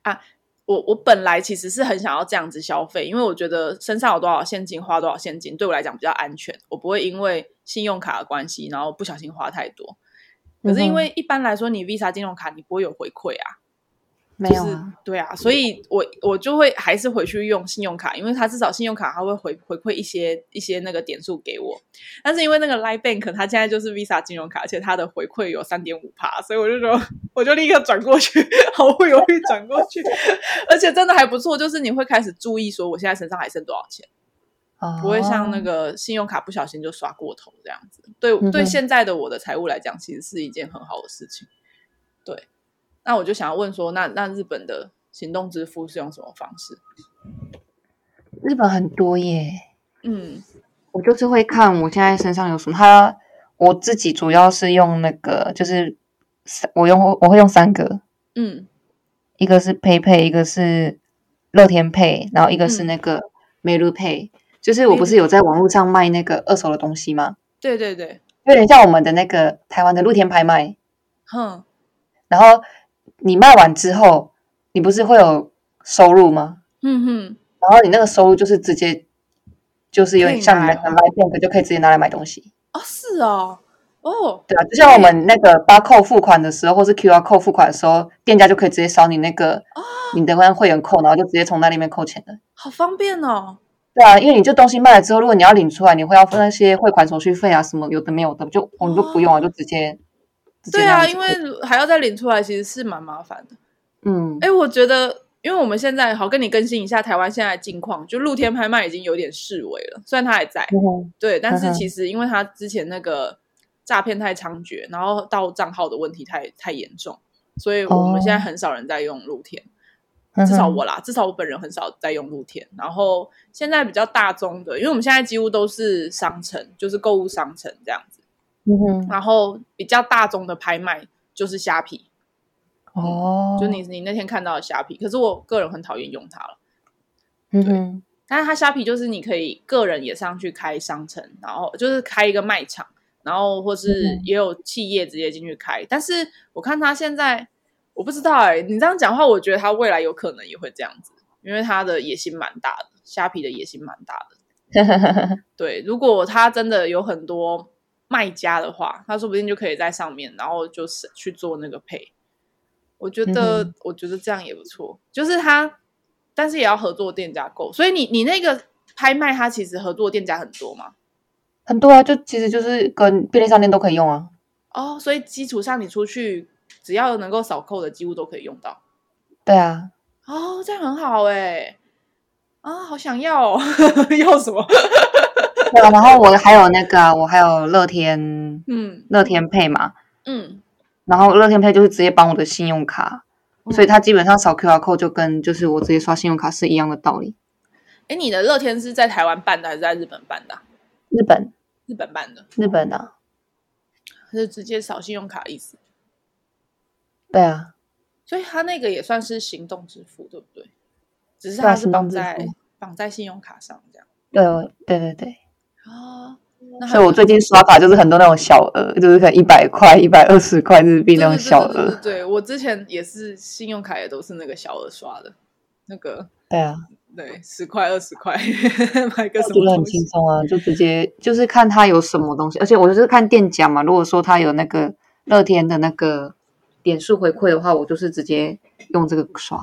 啊。我我本来其实是很想要这样子消费，因为我觉得身上有多少现金花多少现金，对我来讲比较安全，我不会因为信用卡的关系，然后不小心花太多。可是因为一般来说，你 Visa 金融卡你不会有回馈啊，没就有是啊，对啊，所以我我就会还是回去用信用卡，因为它至少信用卡它会回回馈一些一些那个点数给我。但是因为那个 Line Bank 它现在就是 Visa 金融卡，而且它的回馈有三点五趴，所以我就说我就立刻转过去，毫不犹豫转过去， 而且真的还不错，就是你会开始注意说我现在身上还剩多少钱，不会像那哦个信用卡不小心就刷过头这样子。对、嗯对，哼现在的我的财务来讲，其实是一件很好的事情。对，那我就想要问说，那那日本的行动支付是用什么方式？日本很多耶，嗯我就是会看我现在身上有什么，它我自己主要是用那个，就是三我用我会用三个，嗯一个是 PayPay，一个是乐天 Pay，然后一个是嗯那个美露 Pay，就是我不是有在网络上卖那个二手的东西吗？对对对，有点像我们的那个台湾的露天拍卖，哼，然后你卖完之后，你不是会有收入吗？嗯哼，然后你那个收入就是直接，就是有点像你可以的拿哦 Line Bank 就可以直接拿来买东西。哦，是哦，哦，对啊，就像我们那个八扣付款的时候，或是 QR 扣付款的时候，店家就可以直接扫你那个哦你的那会员扣，然后就直接从那里面扣钱的。好方便哦。对啊，因为你这东西卖了之后，如果你要领出来，你会要付那些汇款手续费啊，什么有的没有的，就我们就不用啊，就直接。直接对那样啊，子因为还要再领出来，其实是蛮麻烦的。嗯，哎，我觉得，因为我们现在好跟你更新一下台湾现在的近况，就露天拍卖已经有点式微了，虽然它还在，嗯哼对，但嗯是哼其实因为他之前那个诈骗太猖獗，然后盗账号的问题太太严重，所以我们现在很少人在用露天，哦嗯哼至少我啦，至少我本人很少在用露天。然后现在比较大宗的，因为我们现在几乎都是商城，就是购物商城这样子，嗯哼然后比较大宗的拍卖就是虾皮，嗯哦，就你你那天看到的虾皮，可是我个人很讨厌用它了。嗯哼但是它虾皮就是你可以个人也上去开商城，然后就是开一个卖场，然后或是也有企业直接进去开。但是我看它现在，我不知道哎、你这样讲话，我觉得它未来有可能也会这样子，因为它的野心蛮大的，虾皮的野心蛮大的。对，如果它真的有很多卖家的话，它说不定就可以在上面，然后就是去做那个配。我觉得，嗯我觉得这样也不错，就是它，但是也要合作店家购。所以你你那个拍卖，它其实合作店家很多嘛。很多啊，就其实就是跟便利商店都可以用啊。哦，所以基础上你出去只要能够扫扣的，几乎都可以用到。对啊，哦，这样很好哎、啊，好想要、哦， 要什么？对啊。然后我还有那个啊，我还有乐天嗯乐天配嘛，嗯，然后乐天配就是直接绑我的信用卡，嗯所以它基本上扫 QR code 就跟就是我直接刷信用卡是一样的道理。哎，你的乐天是在台湾办的还是在日本办的啊、日本日本办的，日本啊，是直接扫信用卡的意思。对啊，所以它那个也算是行动支付，对不对？只是对啊它是绑行动支在付绑在信用卡上这样。对哦对对对。哦，那还所以我最近刷法就是很多那种小额，就是可能一百块、一百二十块日币对那种对对小对对额。对，我之前也是信用卡也都是那个小额刷的，那个对啊，对十块二十块 买个我什觉么得很东轻西。松啊，就直接就是看它有什么东西，而且我就是看店家嘛。如果说它有那个乐天的那个点数回馈的话，我就是直接用这个刷。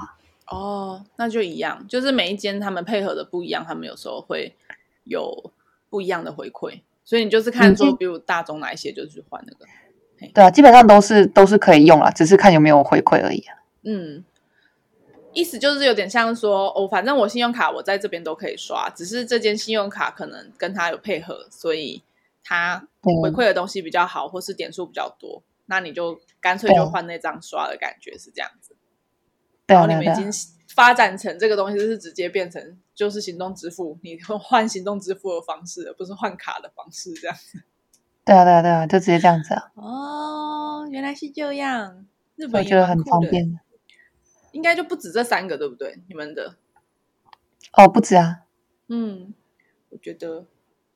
哦，那就一样，就是每一间他们配合的不一样，他们有时候会有不一样的回馈，所以你就是看嗯说，这比如大众哪一些就去换那个。对啊，基本上都是都是可以用啦，只是看有没有回馈而已、啊。嗯，意思就是有点像说，哦，反正我信用卡我在这边都可以刷，只是这间信用卡可能跟他有配合，所以他对回馈的东西比较好，或是点数比较多，那你就干脆就换那张刷的感觉是这样子。对然啊，后对哦你啊们对已啊，经发展成这个东西，是直接变成就是行动支付，你换行动支付的方式，而不是换卡的方式这样。对啊，对啊，对啊，就直接这样子啊，哦，原来是这样，日我本觉得很方方便。便。应该就不止这三个，对不对？你们的，哦，不止啊，嗯，我觉得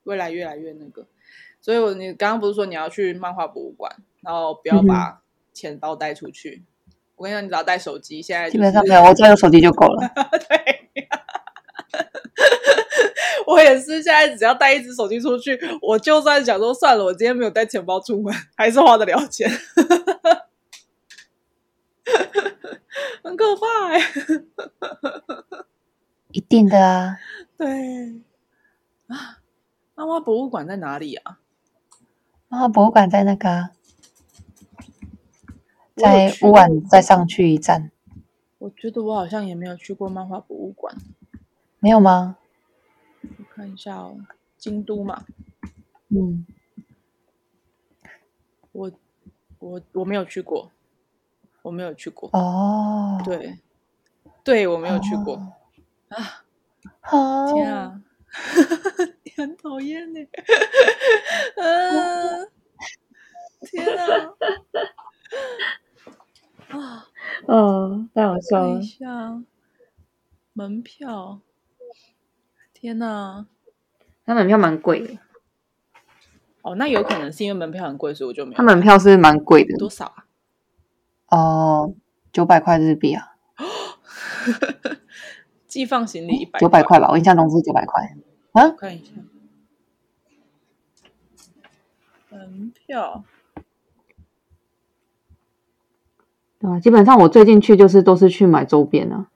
未来越来越那个，所以我你刚刚不是说你要去漫画博物馆，然后嗯不要把钱包带出去。我跟你讲，你只要带手机，现在、就是、基本上没有，我只要有手机就够 了。对。 我也是，现在只要带一只手机出去，我就算想说算了，我今天没有带钱包出门， 还是花得了钱， 很可怕、欸。一定的啊，对啊，漫画博物馆在哪里啊？然后博物馆在那个、啊，我有在去乌过晚再上去一站，我觉得我好像也没有去过漫画博物馆，没有吗？我看一下哦，京都嘛，嗯，我我我没有去过，我没有去过，哦，对对，我没有去过，啊哦，天啊， 你很讨厌呢、嗯、天啊，啊，嗯，太好笑看了一。下门票，天啊他哪！门票蛮贵的，哦，那有可能是因为门票很贵，所以我就没有。它门票是蛮贵的多少啊？哦，九百块日币啊，寄放行李一百，哦九百。块吧，我印象中是九百块。我看一下，门票啊，基本上我最近去就是都是去买周边啊。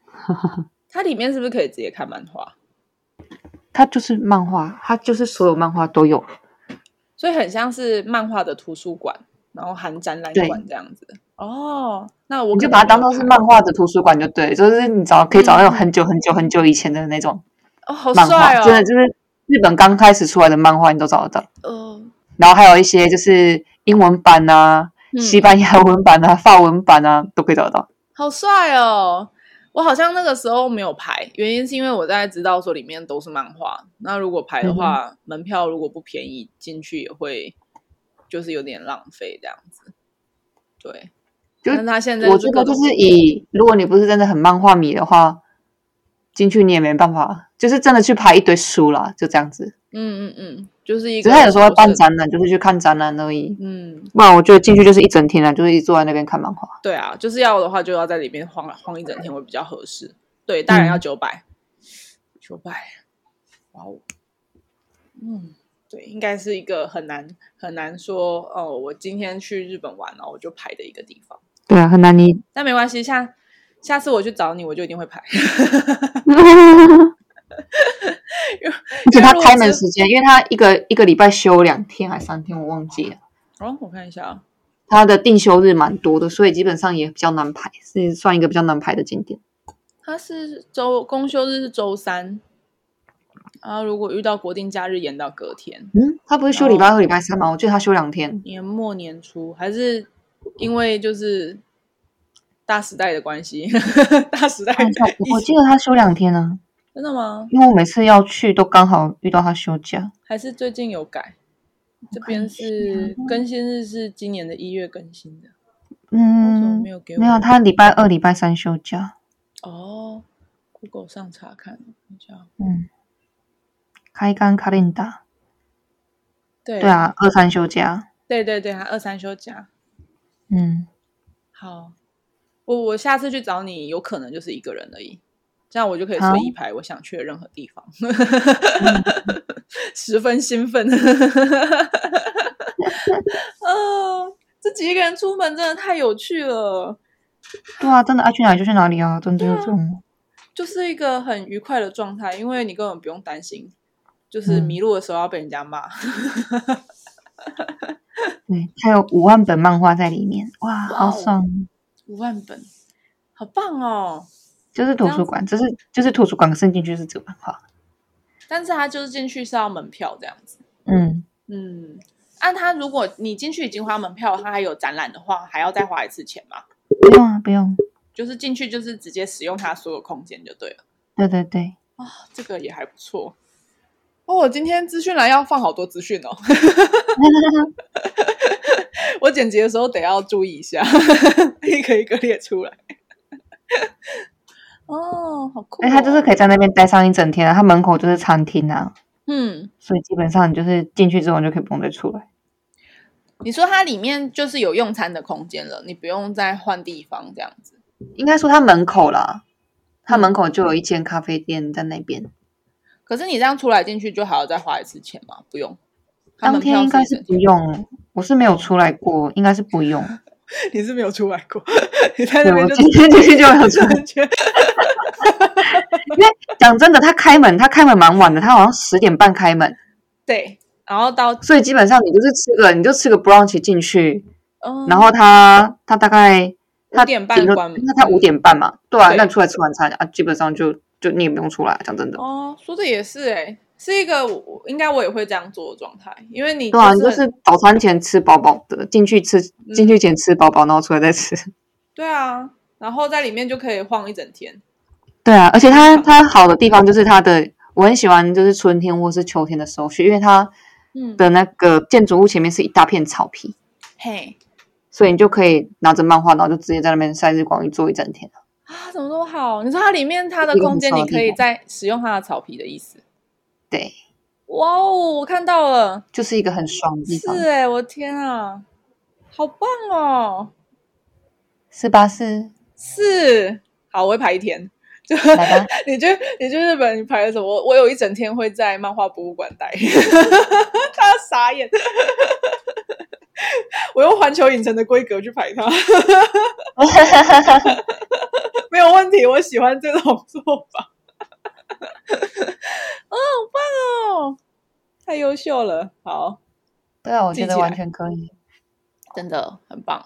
它里面是不是可以直接看漫画？它就是漫画，它就是所有漫画都有。所以很像是漫画的图书馆，然后含展览对馆这样子。哦，那我你就可能把它当没做有是看漫画的图书馆就对，就是你找可以找那种很久很久很久以前的那种哦，好漫画，帅哦，真的就是日本刚开始出来的漫画，你都找得到。嗯然后还有一些就是英文版啊、嗯西班牙文版啊、 法文版啊，都可以找得到。好帅哦！我好像那个时候没有排，原因是因为我大概知道说里面都是漫画，那如果排嗯的话，门票如果不便宜，进去也会就是有点浪费这样子。对，就但他现在我是觉各得就种是以，如果你不是真的很漫画迷的话，进去你也没办法，就是真的去排一堆书啦，就这样子。嗯嗯嗯，就是一只个是他有时候会办就是展览，就是去看展览而已。嗯，不然我觉得进去就是一整天啊，就是一直坐在那边看漫画。对啊，就是要的话就要在里面晃晃一整天会比较合适。对，大人要九百、9九百，哇哦，嗯，对，应该是一个很难很难说哦，我今天去日本玩了，我就排的一个地方。对啊，很难你。但没关系，下下次我去找你，我就一定会排。 而而且他因为如果开只门时间，因为他一个一个礼拜休两天还三天，我忘记了。哦，我看一下啊，他的定休日蛮多的，所以基本上也比较难排，是算一个比较难排的景点。它是周公休日是周三，然后如果遇到国定假日延到隔天，嗯，他不是休礼拜二、礼拜三吗？我记得他休两天。年末年初，还是因为就是大时代的关系， 大时代 看一下，疫我情记得他休两天啊， 真的吗？因为我每次要去都刚好遇到他休假。还是最近有改？这看一边下是更新日是今年的一月更新的，为什么嗯没，有给我？没有，他礼拜二、礼拜三休假。哦，Google 上查看一下。哦嗯，开干卡琳达。对对，啊，二三休假。对对对，他二三休假。 嗯，好，我我下次去找你，有可能就是一个人而已，这样我就可以好随意排我想去的任何地方，嗯 十分兴奋。哦，自己一个人出门真的太有趣了，对啊，真的爱去哪里就去哪里啊，真的就是这种。就是一个很愉快的状态，因为你根本不用担心，就是嗯迷路的时候要被人家骂。对，还有五万本漫画在里面，哇，哇哦好爽！五万本，好棒哦！就是图书馆，就是就是图书馆，可是进去是只有漫画。但是他就是进去是要门票这样子。嗯，嗯，按、他如果你进去已经花门票，他还有展览的话，还要再花一次钱嘛？不用啊，不用。就是进去就是直接使用它所有空间就对了。对对对，这个也还不错。哦，我今天资讯栏要放好多资讯哦， 我剪辑的时候得要注意一下， 一个一个列出来。哦，好酷、哦！哎，他就是可以在那边待上一整天啊，他门口就是餐厅啊，嗯，所以基本上你就是进去之后你就可以不用再出来。你说它里面就是有用餐的空间了，你不用再换地方这样子。应该说他门口啦，他门口就有一间咖啡店在那边。可是你这样出来进去就还要再花一次钱吗？不用，它当门天票应该一是整不用，我是没有出来过，应该是不 用。你是没有出来 过，你在对那我边就今天进去就没有出来。圈。因为讲真的，他开门，他开门蛮晚的，他好像十点半开门， 对，然后到所以基本上你就是吃个，你就吃个 brunch 进去，嗯，然后他他大概他5点半顶多关门那他五点半嘛，对啊，对那你出来吃晚餐啊，基本上就就你也不用出来，讲真的，哦，说的也是哎、是一个我我应该我也会这样做的状态，因为你对啊，你就很是嗯早餐前吃饱饱的，进去吃，进去前吃饱饱，然后出来再吃。对啊，然后在里面就可以晃一整天。 对啊，而且它它好的地方就是它的，我很喜欢就是春天或是秋天的时候去，因为它嗯，的那个建筑物前面是一大片草皮，嘿所以你就可以拿着漫画，然后就直接在那边晒日光浴坐一整天。啊，怎么都好。你说它里面它的一个很空间，潮你的可地以方再使用它的草皮的意思。对，哇哦，我看到了，就是一个很爽的地是方，哎、我天啊，好棒哦！是吧？是，是，好，我会排一天。就来吧， 你去你去日本，你排了什么？我我 有一整天会在漫画博物馆待，他傻眼。我用环球影城的规格去排它， 没有问题。我喜欢这种做法，哦，好棒哦，太优秀了，好，对啊，我觉记 得起完来全可以。真的很棒。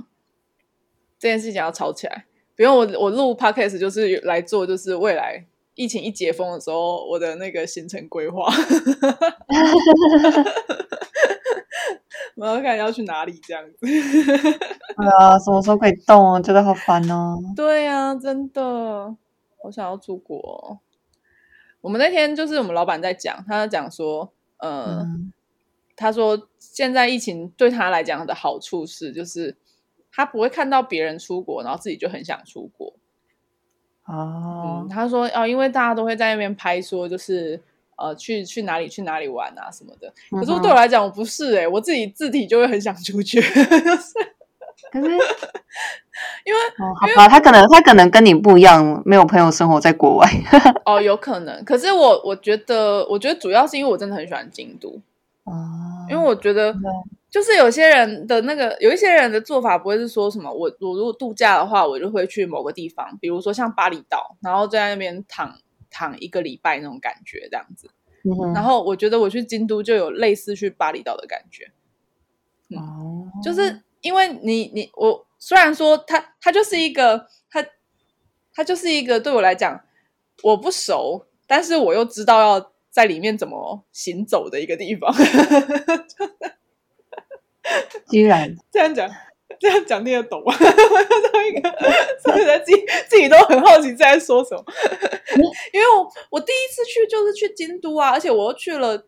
这件事情要吵起来，不用我我录 podcast 就是来做，就是未来疫情一解封的时候，我的那个行程规划， 我要看要去哪里这样子。对啊，什么时候可以动？我觉得好烦哦。对呀、真的，我想要出国哦、我们那天就是我们老板在讲，他讲说，呃，嗯他说现在疫情对他来讲的好处是，就是他不会看到别人出国，然后自己就很想出国。嗯，哦，他说哦，因为大家都会在那边拍说，就是呃，去去哪里去哪里玩啊什么的。可是嗯哼对我来讲，我不是诶、我自己字体就会很想出去， 可是因为哦，好吧，他可能他可能跟你不一样，没有朋友生活在国外。哦，有可能。可是我我觉得，我觉得主要是因为我真的很喜欢京都。哦，因为我觉得嗯，就是有些人的那个，有一些人的做法不会是说什么，我我如果度假的话，我就会去某个地方，比如说像巴厘岛，然后就在那边躺躺一个礼拜那种感觉这样子。嗯哼然后我觉得我去京都就有类似去巴厘岛的感觉，哦，就是因为你你我虽然说它它就是一个它它就是一个对我来讲我不熟，但是我又知道要在里面怎么行走的一个地方。居然这样讲，这样讲听得懂 吗？这一个，真的自己自己都很好奇在说什么，因为我我第一次去就是去京都啊，而且我又去了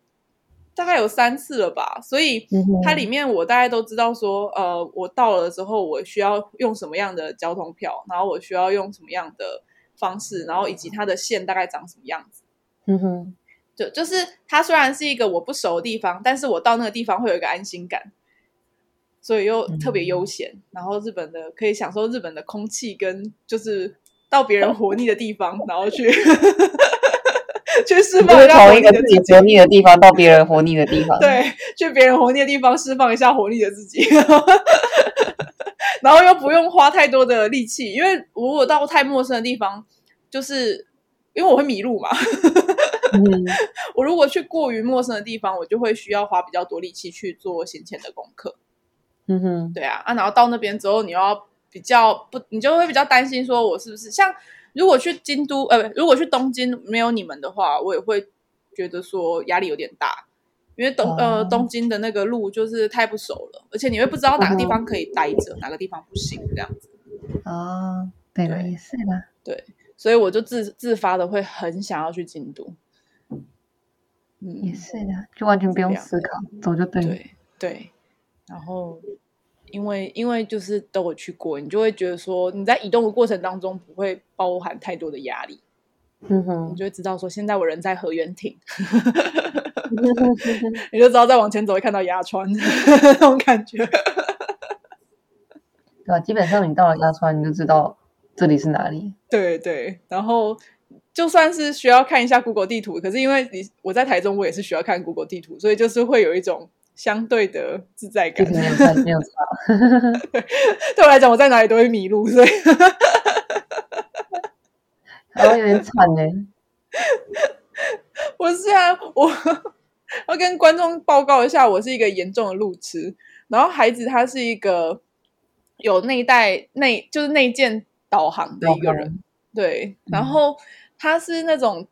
大概有三次了吧，所以嗯哼它里面我大概都知道说，呃，我到了之后我需要用什么样的交通票，然后我需要用什么样的方式，然后以及它的线大概长什么样子。嗯哼，就就是它虽然是一个我不熟的地方，但是我到那个地方会有一个安心感，所以又特别嗯悠闲。然后日本的可以享受日本的空气，跟就是到别人活腻的地方，然后去 去释就放是一下活从一腻个的自自己己，活腻的地方到别人活腻的地方。， 对，去别人活腻的地方释放一下活腻的自己。 然后然后又不用花太多的力气，因为如果到太陌生的地方，就是因为我会迷路嘛，嗯我如果去过于陌生的地方，我就会需要花比较多力气去做行前的功课。嗯哼，对啊，啊，然后到那边之后，你又要比较不，你就会比较担心，说我是不是像如果去京都，呃，不如果去东京没有你们的话，我也会觉得说压力有点大，因为东、呃哦东京的那个路就是太不熟了，而且你会不知道哪个地方可以待着，哪个地方不行这样子，哦，对了，对也是啦。所以我就自自发的会很想要去京都。嗯，也是的，就完全不用这样思考，走就对了。对对，然后因为因为就是都有去过，你就会觉得说你在移动的过程当中不会包含太多的压力，嗯你 哼，就会知道说现在我人在河原町，你就知道再往前走会看到鸭川 那种感觉。对吧？啊基本上你到了鸭川，你就知道这里是哪里。对对，然后就算是需要看一下 Google 地图，可是因为你我在台中，我也是需要看 Google 地图，所以就是会有一种相对的自在地感图。没有差，没有差。 对我来讲，我在哪里都会迷路，所以然后有点惨 呢。不是啊，我 要跟观众报告一下，我是一个严重的路痴，然后孩子他是一个有内带内就是内建导航嗯的一个人，对，然后他是那种。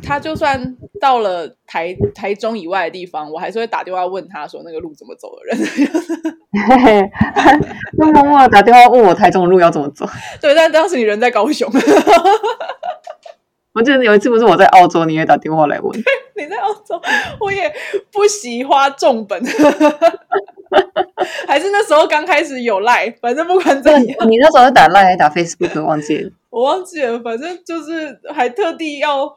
他就算到了台台中以外的地方，我还是会打电话问他说那个路怎么走的人。 嘿嘿，就默默的打电话问我台中的路要怎么走。对，但当时你人在高雄， 我记得有一次不是我在澳洲，你也打电话来问。你在澳洲，我也不惜花重本， 还是那时候刚开始有赖，反正不管怎对，样， 你那时候是打 Line 还是打 Facebook？忘记了。我忘记了，反正就是还特地要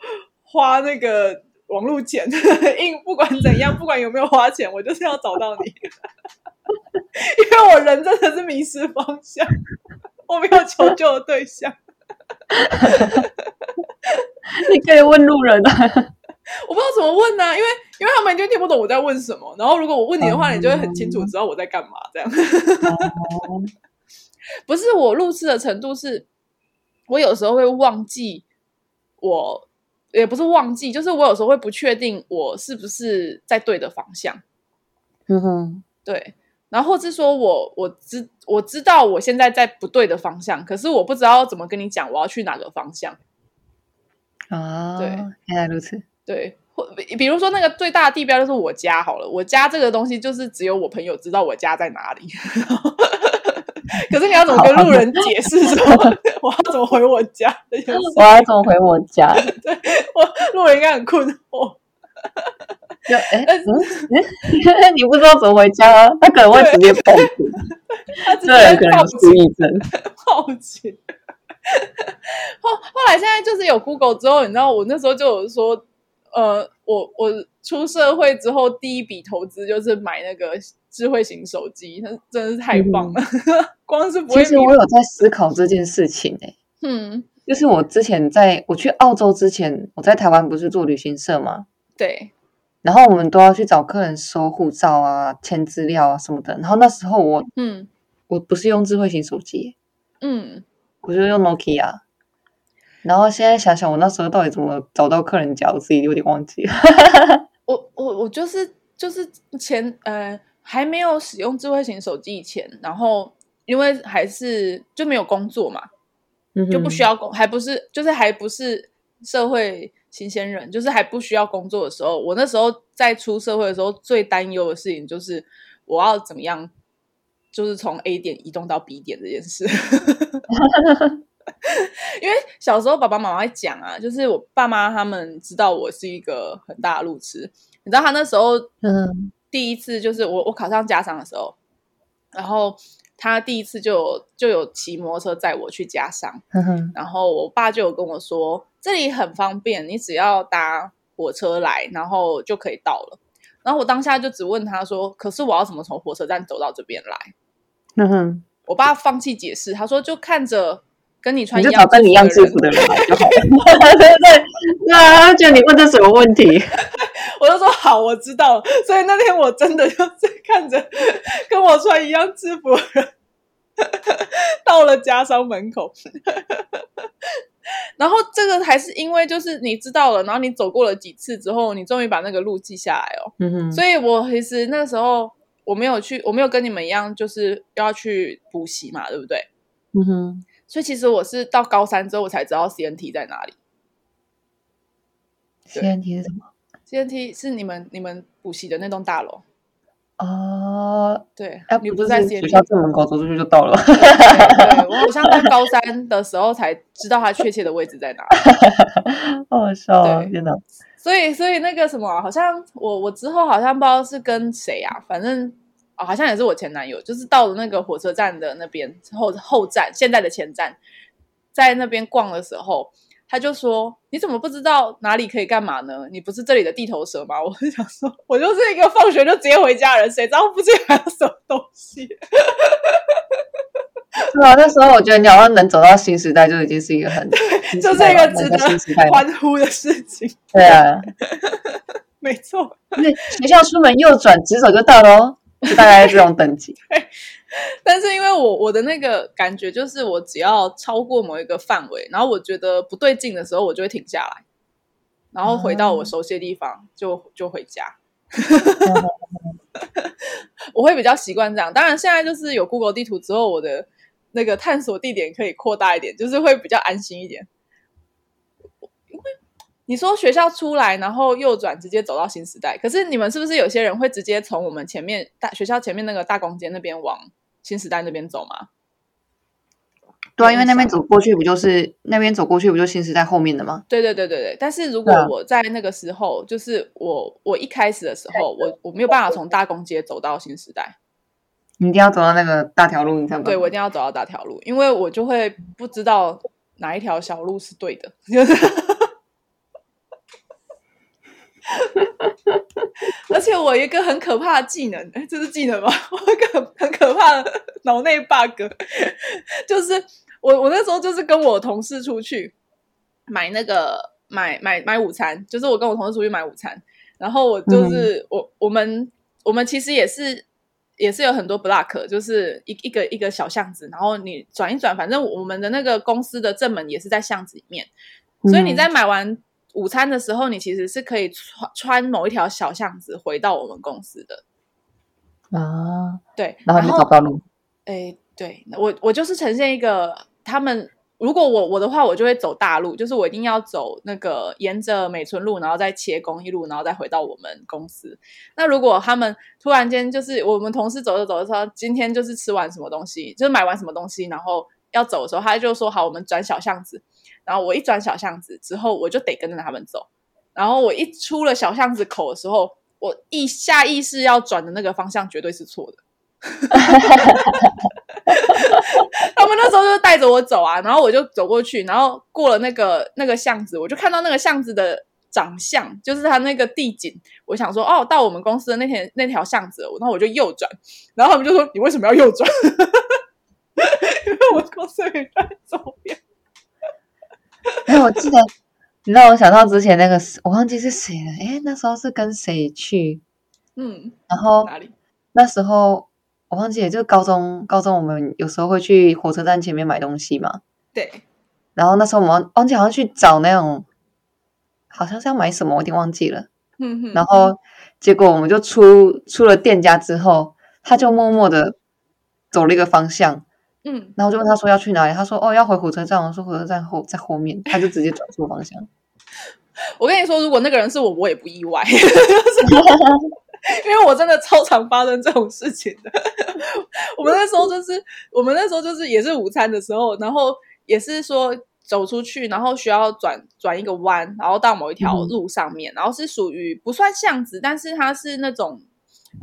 花那个网路钱， 硬不管怎样，不管有没有花钱，我就是要找到你， 因为我人真的是迷失方向，我没有求救的对象，你可以问路人啊。啊我不知道怎么问呢、因为因为他们一定听不懂我在问什么。然后如果我问你的话，你就会很清楚知道我在干嘛。这样， 不是我录制的程度是，我有时候会忘记我，也不是忘记，就是我有时候会不确定我是不是在对的方向。嗯哼，对，然后或是说我我知我知道我现在在不对的方向，可是我不知道怎么跟你讲我要去哪个方向。啊，对，原来如此。对，或比比如说那个最大的地标就是我家好了，我家这个东西就是只有我朋友知道我家在哪里。 可是你要怎么跟路人解释说 我要怎么回我家这件事？我 要怎么回我 家？我路人应该很困惑。就哎，嗯嗯 你不知道怎么回家，他可能会直接报 警，他直这人可接能报有警失忆症。好奇。 后后来现在就是有 Google 之后，你知道我那时候就有说，呃，我我出社会之后第一笔投资就是买那个智慧型手机，那真是太棒了， 光是不会嗯其实迷我有在思考这件事情诶、嗯，就是我之前在我去澳洲之前，我在台湾不是做旅行社嘛，对，然后我们都要去找客人收护照啊、签资料啊什么的。然后那时候我嗯我不是用智慧型手机，嗯，我就用 Nokia。然后现在想想，我那时候到底怎么找到客人家，我自己有点忘记了。我我我就是就是前呃还没有使用智慧型手机以前，然后因为还是就没有工作嘛，就不需要。要工，还不是就是还不是社会新鲜人，就是还不需要工作的时候，我那时候在出社会的时候，最担忧的事情就是我要怎么样，就是从 A 点移动到 B 点这件事。 因为小时候爸爸妈妈会讲啊，就是我爸妈他们知道我是一个很大的路痴，你知道他那时候嗯第一次就是我我考上家商的时候，然后他第一次就有就有骑摩托车载我去家商。嗯哼哼然后我爸就有跟我说，这里很方便，你只要搭火车来，然后就可以到了。然后我当下就只问他说，可是我要怎么从火车站走到这边来？哼嗯哼，我爸放弃解释，他说就看着跟你穿你一就样找跟你一样制制服服的的人来 就好了。对对，那就你问这什么问题？人，我就说好，我知道了。所以那天我真的就是看着跟我穿一样制服的人到了家商门口。然后这个还是因为就是你知道了，然后你走过了几次之后，你终于把那个路记下来哦。嗯哼，所以我其实那时候我没有去，我没有跟你们一样，就是要去补习嘛，对不对？嗯哼，所以其实我是到高三之后，我才知道 CNT 在哪里。对现题是什么？ CNT 是你们你们补习的那栋大楼，哦，对，哎，你不不就是在学 CNT 校正门口走出去就到了。 对。对，我好像到高三的时候才知道它确切的位置在哪里。好好笑啊！对天哪，所以，所以那个什么，好像我我之后好像不知道是跟谁啊，反正。哦，好像也是我前男友，就是到了那个火车站的那边后后站，现在的前站，在那边逛的时候，他就说：“你怎么不知道哪里可以干嘛呢？你不是这里的地头蛇吗？”我 就想说，我就是一个放学就直接回家的人，谁知道附近还有什么东西？对啊，那时候我觉得你好像能走到新时代，就已经是一个很，就就是一个值新时代得了。欢呼的事情。 对啊，没错，因为学校出门右转，直走就到喽，就大概这种等级。但是因为我我的那个感觉就是，我只要超过某一个范围，然后我觉得不对劲的时候，我就会停下来，然后回到我熟悉的地方，就就回家。我会比较习惯这样。当然，现在就是有 Google 地图之后，我的那个探索地点可以扩大一点，就是会比较安心一点。因为你说学校出来，然后右转直接走到新时代，可是你们是不是有些人会直接从我们前面大学校前面那个大公街那边往新时代那边走吗？ 对啊，因为那边走过去不就是那边走过去不就新时代后面的吗？对对对对对，但是如果对啊我在那个时候，就是我我一开始的时候，我我没有办法从大公街走到新时代，你一定要走到那个大条路，你才有办法对我一定要走到大条路，因为我就会不知道哪一条小路是对的， 就是而且我有一个很可怕的技能，哎这是技能吗？ 我有一个很很可怕的脑内 bug，就是我我那时候就是跟我同事出去买那个买买买午餐，就是我跟我同事出去买午餐，然后我嗯就是、我我们我们其实也是也是有很多 block，就是一一个一个小巷子，然后你转一转，反正我们的那个公司的正门也是在巷子里嗯面，所以你在买完午餐的时候，你其实是可以穿穿某一条小巷子回到我们公司的。啊，对，然后你就找不到路，哎，对我我就是呈现一个他们。如果我我的话，我就会走大路，就是我一定要走那个沿着美村路，然后再切公益路，然后再回到我们公司。那如果他们突然间就是我们同事走着走着说，今天就是吃完什么东西，就是买完什么东西，然后要走的时候，他就说好，我们转小巷子。然后我一转小巷子之后，我就得跟着他们走。然后我一出了小巷子口的时候，我意下意识要转的那个方向绝对是错的。 他们那时候就带着我走啊，然后我就走过去，然后过了那个那个巷子，我就看到那个巷子的长相，就是它那个地景。我想说，哦，到我们公司的那条那条巷子了，然后我就右转，然后他们就说你为什么要右转？ 因为我公司有一段左边， 因为我记得，你让我想到之前那个，我忘记是谁了。诶，那时候是跟谁去？嗯，然后哪里？那时候我忘记了，就是高中，高中我们有时候会去火车站前面买东西嘛。对，然后那时候我们忘忘记好像去找那种，好像是要买什么，我有点忘记了。嗯哼，然后结果我们就出出了店家之后，他就默默的走了一个方向，嗯，然后我就问他说要去哪里，他说哦要回火车站，我说火车站后在后 面，他就直接转出方向。我跟你说，如果那个人是我，我也不意外， 就是因为我真的超常发生这种事情的。 我们那时候就是，我们那时候就是也是午餐的时候，然后也是说走出去，然后需要转转一个弯，然后到某一嗯条路上面，然后是属于不算巷子，但是它是那种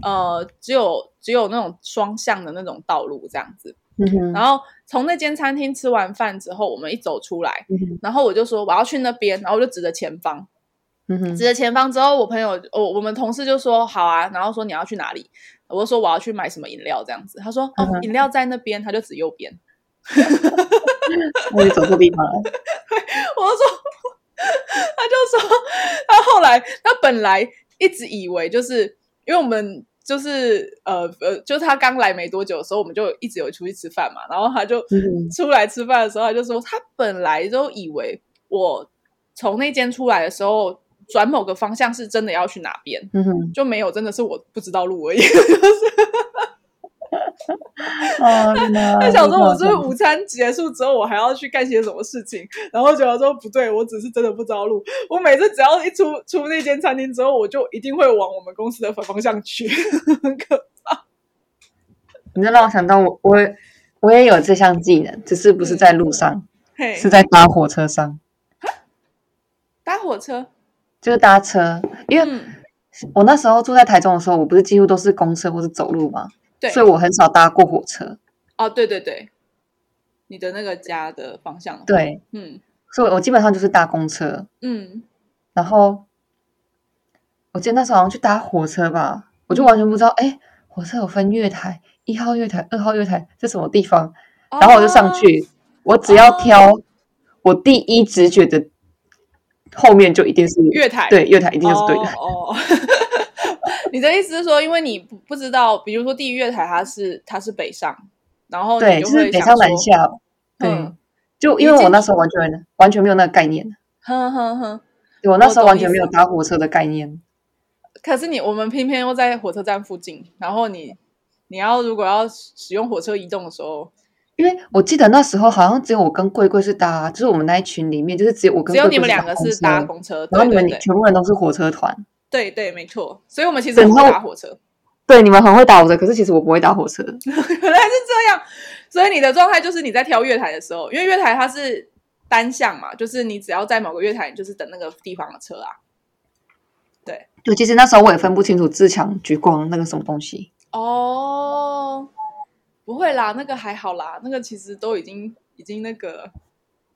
呃，只有只有那种双向的那种道路这样子。嗯哼，然后从那间餐厅吃完饭之后，我们一走出来嗯哼，然后我就说我要去那边，然后我就指着前方。嗯哼指，着前方之后，我朋友，我我们同事就说好啊，然后说你要去哪里，我就说我要去买什么饮料这样子。他说哦嗯，哼饮料在那边，他就指右边。 我也走错地方了。我就说， 他就说，他后来他本来一直以为就是因为我们就是呃呃，就是他刚来没多久的时候，我们就一直有出去吃饭嘛，然后他就嗯出来吃饭的时候，他就说他本来都以为我从那间出来的时候转某个方向是真的要去哪边。嗯哼，就没有，真的是我不知道路而已。嗯 哦，那他想说，我是真不是午餐结束之后，我还要去干些什么事情？然后结果他说不对，我只是真的不知道路。我每次只要一出出那间餐厅之后，我就一定会往我们公司的方向去。 很可你这让我想到我我也我也有这项技能，只是不是在路上，嘿，是在搭火车上，搭火车，就是搭车，因为嗯，我那时候住在台中的时候，我不是几乎都是公车或是走路嘛，对，所以我很少搭过火车。哦，对对对，你的那个家的方向，，对，嗯所以我基本上就是搭公车，嗯，然后我记得那时候好像去搭火车吧，嗯我就完全不知道，哎，火车有分月台，一号月台、二号月台是什么地方，然后我就上哦，去，我只要挑我第一直觉的后面就一定是月台，对月台一定就是对的，哦。哦 你的意思是说，因为你不不知道，比如说第一月台它是它是北上，然后对，你就就会是北想上南说，下，对嗯，就因为我那时候完全完全没有那个概念，哼哼哼。对我那时我懂候完全意没有思搭火车的概念，可是你我们偏偏又在火车站附近，然后你你要如果要使用火车移动的时候，因为我记得那时候好像只有我跟贵贵是搭，就是我们那一群里面，就是只有我跟只有你贵贵们两搭个公是车搭公车，然对后你对们对全部人都是火车团。对对，没错。所以我们其实然很后会搭火车， 对，你们很会打火车，可是其实我不会打火车。原来是这样。所以你的状态就是你在挑月台的时候，因为月台它是单向嘛，就是你只要在某个月台，你就是等那个地方的车啊。对，其实那时候我也分不清楚自强、橘光那个什么东西。哦，不会啦，那个还好啦，那个其实都已经已经那个，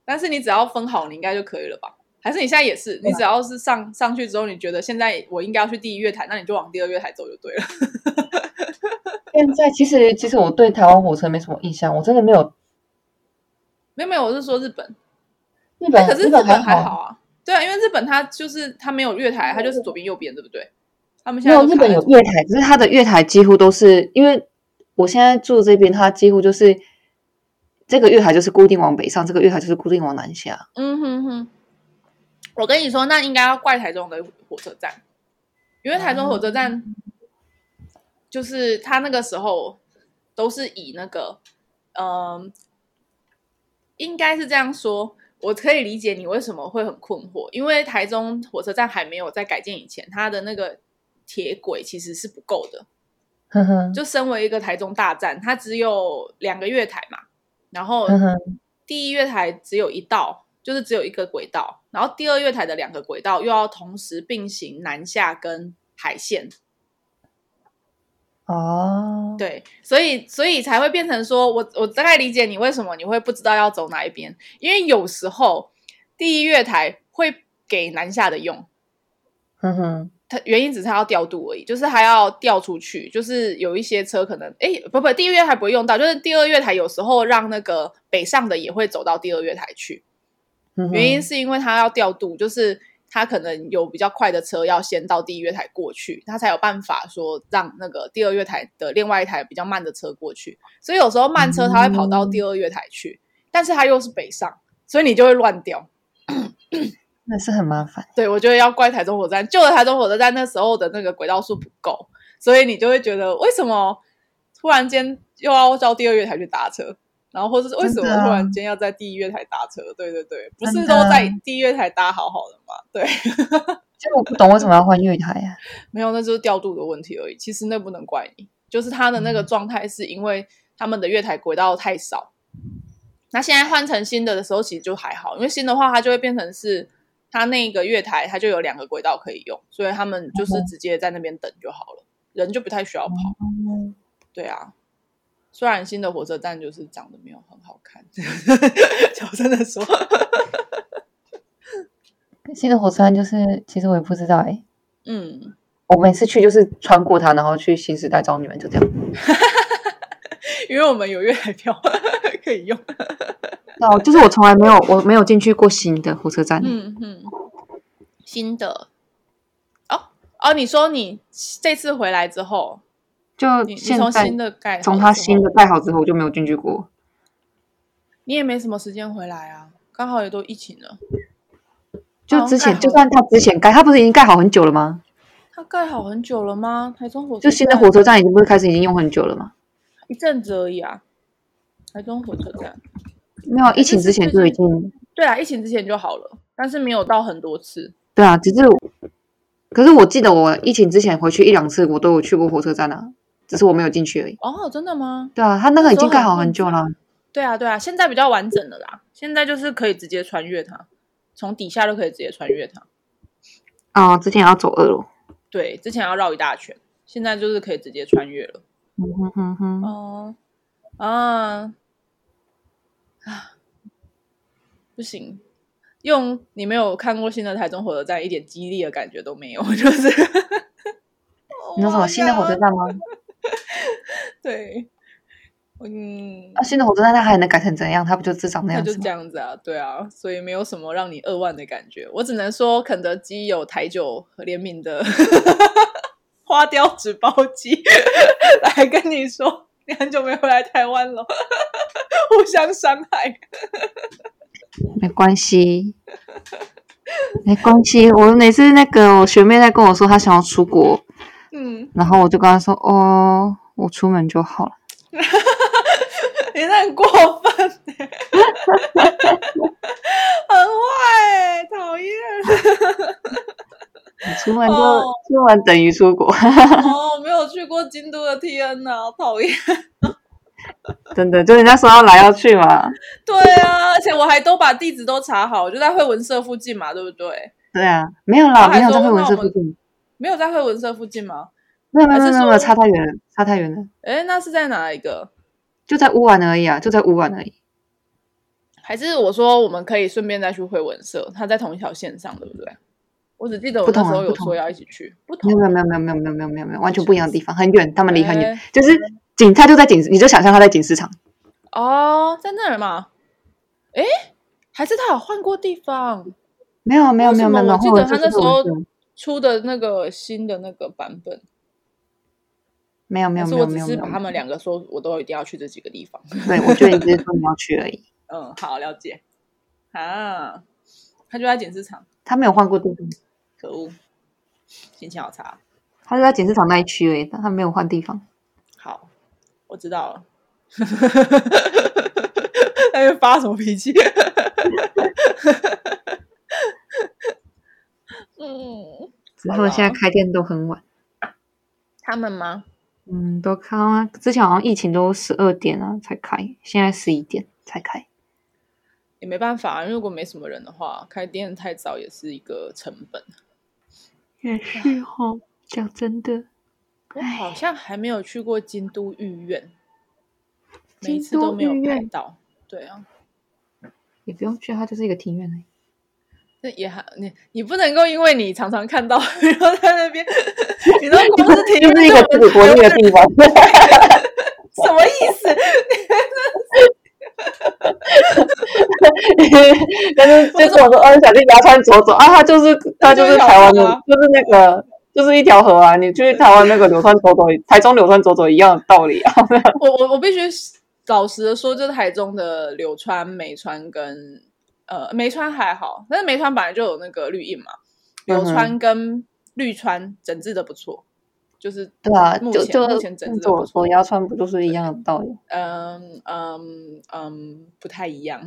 但是你只要分好，你应该就可以了吧？还是你现在也是，啊你只要是上上去之后，你觉得现在我应该要去第一月台，那你就往第二月台走就对了。 现在其实其实我对台湾火车没什么印象，我真的没有没有没有，我是说日本，哎日本，可是日日本还还好好啊。对啊，因为日本它就是它没有月台，它就是左边右边，对不对？他们现没在都有日卡本在有左月台，可是它的月台几乎都是因为我现在住这边，它几乎就是这个月台就是固定往北上，这个月台就是固定往南下。嗯哼哼，我跟你说，那应该要怪台中的火车站，因为台中火车哦站就是他那个时候都是以那个，嗯、应该是这样说。我可以理解你为什么会很困惑，因为台中火车站还没有在改建以前，它的那个铁轨其实是不够的。哼哼，就身为一个台中大站，它只有两个月台嘛，然后嗯哼第一月台只有一道，就是只有一个轨道，然后第二月台的两个轨道又要同时并行南下跟海线，哦，对，所以所以才会变成说，我我大概理解你为什么你会不知道要走哪一边，因为有时候第一月台会给南下的用，哼哼，它原因只是它要调度而已，就是它要调出去，就是有一些车可能，哎，不不，第一月台不会用到，就是第二月台有时候让那个北上的也会走到第二月台去，嗯哼原因是因为它要调度，就是它可能有比较快的车要先到第一月台过去，它才有办法说让那个第二月台的另外一台比较慢的车过去，所以有时候慢车它会跑嗯到第二月台去，但是它又是北上，所以你就会乱掉。那是很麻烦。对，我觉得要怪台中火车站，旧的台中火车站那时候的那个轨道数不够，所以你就会觉得为什么突然间又要到第二月台去搭车，然后或者是为什真的么啊突然间要在第一月台搭车？对对对，不是真都的啊在第一月台搭好好的吗？对，就我不懂为什么要换月台啊？没有，那就是调度的问题而已。其实那不能怪你，就是他的那个状态是因为他们的月台轨道太少。那现在换成新的的时候，其实就还好，因为新的话它就会变成是它那个月台它就有两个轨道可以用，所以他们就是直接在那边等就好了，人就不太需要跑。对啊，虽然新的火车站就是长得没有很好看， 乔真的说，新的火车站就是，其实我也不知道哎、嗯，我每次去就是穿过它，然后去新时代找你们，就这样。因为我们有月台票 可以用，哦，就是我从来没有，我没有进去过新的火车站。嗯嗯，新的哦哦，你说你这次回来之后，就你你现从在新的盖好从之它后新的，盖好之后，我就没有进去过。你也没什么时间回来啊，刚好也都疫情了。就哦之盖前，好就了算它之前盖，它不是已经盖好很久了吗？它盖好很久了吗？台中火车就新的站火车站已经不是开始已经用很久了吗？一阵子而已啊，台中火车站。没有，疫情之前就已经对啊，疫情之前就好了，但是没有到很多次。对啊，只是可是我记得我疫情之前回去一两次，我都有去过火车站啊，只是我没有进去而已。哦，真的吗？对啊，它那个已经盖好很久了，对啊，对啊，现在比较完整了啦，现在就是可以直接穿越它，从底下就可以直接穿越它。啊、之前也要走二楼。对，之前要绕一大圈，现在就是可以直接穿越了。嗯哼哼哼，哦，啊啊，不行，用你没有看过新的台中火车站，一点激励的感觉都没有， 就是哦你说什么新的火车？站吗？对，嗯，啊，新的火车站它还能改成怎样？它不就只长那那样就子这吗？样子啊，对啊，所以没有什么让你扼腕的感觉。我只能说，肯德基有台酒和联名的 花雕纸包鸡来跟你说，你很久没回来台湾了， 互相伤害。没关系， 没关系。我每次那个我学妹在跟我说她想要出国，嗯，然后我就跟她说哦，我出门就好了。你那很过分、欸， 很坏、欸，讨厌。你出门就、哦出门等于出国，哦，没有去过京都的 T N 啊，讨厌。真的，就人家说要来要去嘛。对啊，而且我还都把地址都查好，就在惠文社附近嘛，对不对？对啊，没有然啦，后没还有说在惠文那社我附们近，没有在惠文社附近吗？没有没有还没是有没说有，差太远了，差太远了，哎，那是在哪一个？就在乌丸而已啊，就在乌丸而已。还是我说我们可以顺便再去惠文社，它在同一条线上，对不对？我只记得我不那同啊时候有不同说要一起去，不没同有没有没有没有没有没有没有没有没有，完全不一样的地方，很远，他们离很远哎，就是景，他就在景，你就想象他在景市场。哦，在那儿嘛。哎，还是他有换过地方？没有没有没有没有，我然记后得他那时候就是我出的那个新的那个版本，没有没有但是没我有只没有，是没有把他们两个说，我都一定要去这几个地方。对，我就一直说你要去而已。嗯，好，了解。啊，他就在检视场，他没有换过地方，可恶，心情好差。他就在检视场那一区而已，但他没有换地方。好，我知道了。他在发什么脾气？嗯，只是他们现在好啦开店都很晚，他们吗？嗯，都开啊之前好像疫情都十二点啊才开，现在十一点才开。也没办法，因为啊如果没什么人的话，开店太早也是一个成本。也是哈，讲真的，我好像还没有去过京都御苑，每一京次都都没有御拍苑到。对啊，也不用去，它就是一个 庭院而已。那也还你你不能够因为你常常看到， 然后在那边， 你都光是停 就是一 个自己活跃的地方。 什么意思？但是就是我说，嗯，小弟不要穿左左啊，他就是他就是台湾的，啊就是那个就是一条河啊。你去台湾那个柳川左左，台中柳川左左一样的道理啊。 我 我我必须老实的说，就是台中的柳川、梅川跟呃梅川还好，但是梅川本来就有那个绿印嘛，柳川跟绿川整治的不错，就是对啊，目就前就目前整治的不左错左，腰川不就是一样的道理？嗯嗯嗯，不太一样。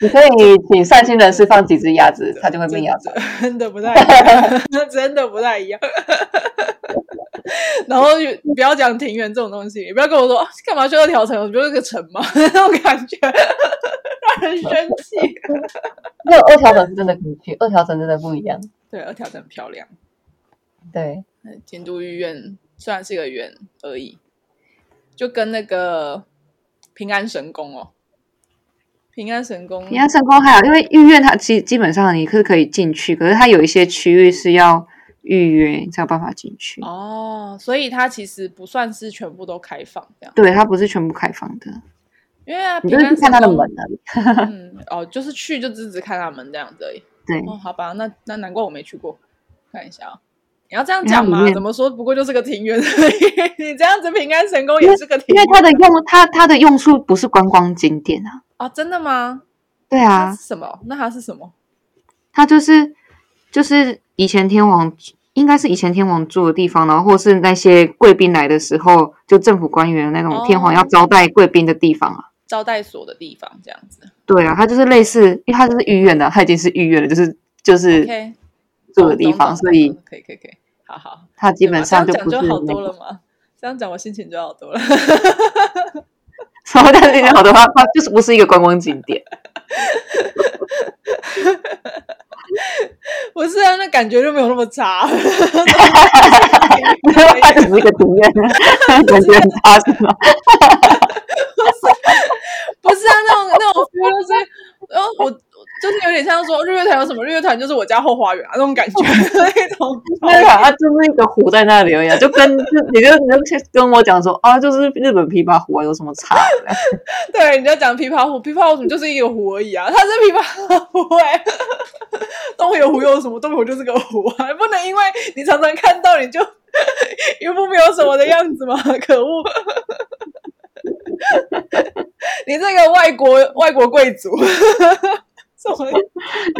你可以请善心人士放几只鸭子，它就会变鸭子。 真的不太一样， 真的不太一样。 然后就不要讲庭园这种东西，也不要跟我说、啊、干嘛修这条城，我就是个城嘛， 那种感觉让人生气。那二条城是真的可以去，二条城真的不一样。对，而条城很漂亮，对，嗯京都御苑虽然是一个园而已，就跟那个平安神宫哦，平安神宫，平安成功还好，因为预约它基基本上你是可以进去，可是它有一些区域是要预约你才有办法进去。哦，所以它其实不算是全部都开放这样，对，它不是全部开放的，因为啊你平就是安去看它神的宫门而已。嗯，哦，就是去就只只看他们这样子而已。对，哦，好吧，那那难怪我没去过。看一下啊、你要这样因为它讲里嘛？面怎么说？不过就是个庭院而已。你这样子平安神宫也是个庭因为院它的用它它的用处不是观光景点啊。啊？真的吗？对它啊，是什么？那它是什么？它就是就是以前天王应该是以前天王住的地方，然后或是那些贵宾来的时候，就政府官员那种天皇哦要招待贵宾的地方啊。招待所的地方这样子。对啊，它就是类似，因为它就是御苑的，它已经是御苑了，就是就是 OK，哦住的地方，懂懂所以懂可以可以可以，好好。它基本上对吧不这是样讲就好那多个了嘛。这样讲我心情就好多了。什 么叫这些好的话，它就是不是一个观光景 点。不是啊，那感觉就没有那么差。它只是一个庭院， 感觉很差是 吗？不是啊，那种那种 feel 就是，然后我我就是有点像说日月潭有什么日月潭就是我家后花园啊那种感觉，哦 那种对啊，它就是一个湖在那里而已啊，就跟就你就你就跟我讲说啊，就是日本琵琶湖啊，有什么差？ 对，你就讲琵琶湖，琵琶湖怎么就是一个湖而已啊？它是琵琶湖哎、 东北湖又有什么？东北湖就是个湖啊，不能因为你常常看到你就 一副没有什么的样子吗？可恶！ 你这个外国外国贵族， 什么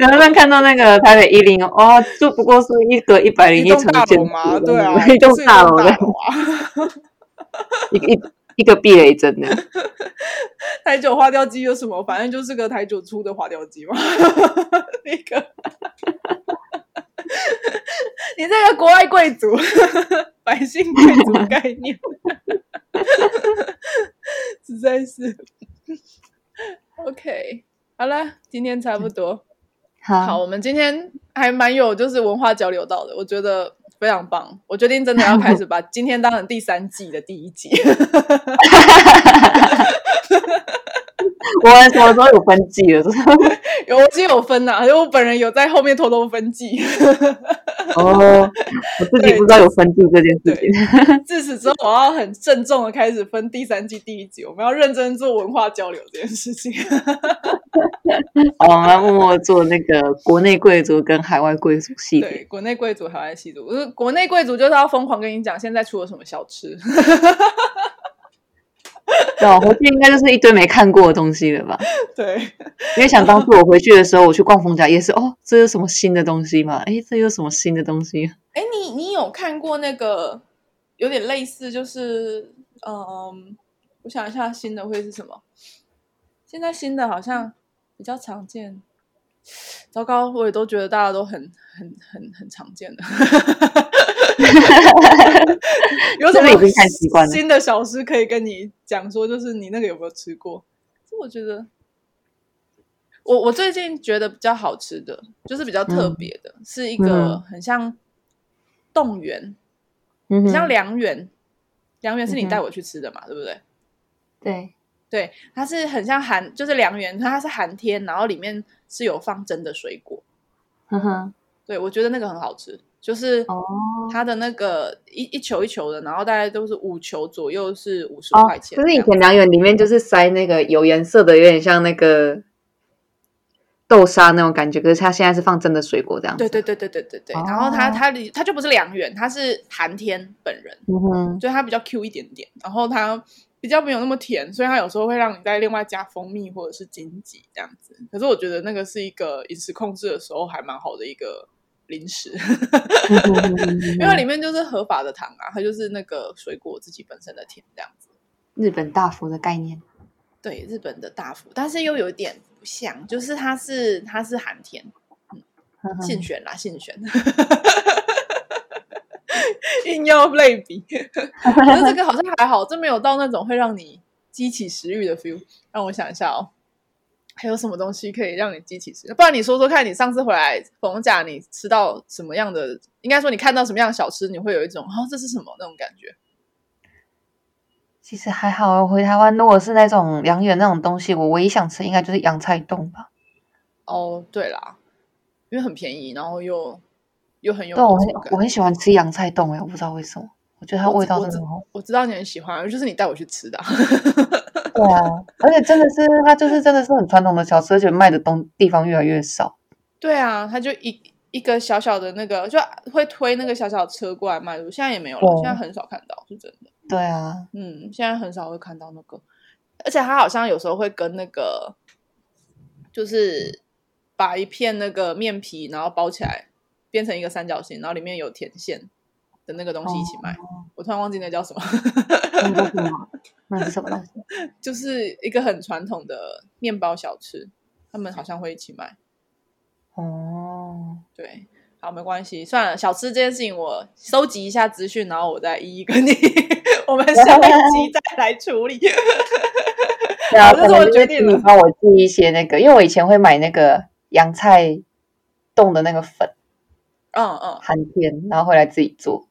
然后看到那个台北一零哦，就不过是一个一百零一一栋层大的建楼筑吗？而已，对啊，一栋是嗯大楼的，啊。一个一一个避雷针的，台酒花雕鸡有什么？反正就是个台酒出的花雕鸡嘛。 那个，你这个国外贵族、百姓贵族的概念，实在是 OK。好了，今天差不多。好， 好，我们今天还蛮有就是文化交流到的，我觉得非常棒。我决定真的要开始把今天当成第三季的第一集。我们什么时候有分 季了？啊有我其实有分呐、因为我本人有在后面偷偷分季，哦，我自己不知道有分季这件事对情。，自此之后，我要很郑重的开始分第三季第一集，我们要认真做文化交流这件事情。哦，他默默做那个国内贵族跟海外贵族系列。对，国内贵族、海外习族，就是国内贵族就是要疯狂跟你讲现在出了什么小吃。 对，啊我回去应该就是一堆没看过的东西了吧？对，因为想当初我回去的时候，我去逛逢甲夜市，哦，这有什么新的东西吗？哎，这有什么新的东西？哎，你你有看过那个有点类似，就是嗯，我想一下新的会是什么？现在新的好像比较常见。糟糕，我也都觉得大家都很很很很常见的。有什这么个已经看习惯了新的小吃可以跟你讲说，就是你那个有没有吃过？这我觉得，我我最近觉得比较好吃的，就是比较特别的，是一个嗯很像动员，嗯很像哼，良园。良园是你嗯哼带我去吃的嘛，对不对？对，对，它是很像寒，就是良园，它是寒天，然后里面是有放真的水果。嗯呵呵，对，我觉得那个很好吃，就是哦，它的那个一一球一球的，然后大概都是五球左右，是五十哦块钱就这是以样。前良园里面就是塞那个有颜色的，有点像那个豆沙那种感觉，可是它现在是放真的水果这样子。对对对对对对对，哦然后它它里它就不是良园，它是寒天本人，嗯哼，所以它比较 Q 一点点，然后它比较没有那么甜，所以它有时候会让你再另外加蜂蜜或者是荆棘这样子。可是我觉得那个是一个饮食控制的时候还蛮好的一个零食，嗯哼嗯哼嗯因为哼里面就是合法的糖啊，它就是那个水果自己本身的甜这样子。日本大福的概念，对，日本的大福，但是又有点不像，就是它是它是寒甜，呵嗯呵现选啦，现 选。硬要类比，可是这个好像还好，这没有到那种会让你激起食欲的 feel。让我想一下哦，还有什么东西可以让你激起食欲？不然你说说看，你上次回来逢甲，你吃到什么样的？应该说你看到什么样的小吃，你会有一种啊、这是什么那种感觉？其实还好，哦回台湾如果是那种良缘那种东西，我唯一想吃应该就是洋菜冻吧。哦，对啦，因为很便宜，然后又又很有对，啊我满很足感我很喜欢吃洋菜冻哎，我不知道为什么，我觉得它我味知道我真知 的很好。我知道你很喜欢，就是你带我去吃的啊、对啊，而且真的是它就是真的是很传统的小吃，而且卖的东地方越来越少。对啊，他就一一个小小的那个，就会推那个小小的车过来卖路，现在也没有了，对现在很少看到，是真的。对啊，嗯，现在很少会看到那个，而且他好像有时候会跟那个，就是把一片那个面皮，然后包起来，变成一个三角形，然后里面有甜馅的那个东西一起卖。我突然忘记那叫什么， 那个什么，那是什么东西？就是一个很传统的面包小吃，他们好像会一起卖。 哦，对，好，没关系，算了，小吃这件事情我收集一下资讯，然后我再一一跟你， 我们下一集再来处理。 对啊，好这可是我能就决是定请你了帮我寄一些那个，因为我以前会买那个洋菜冻的那个粉，嗯嗯，寒天，然后回来自己做。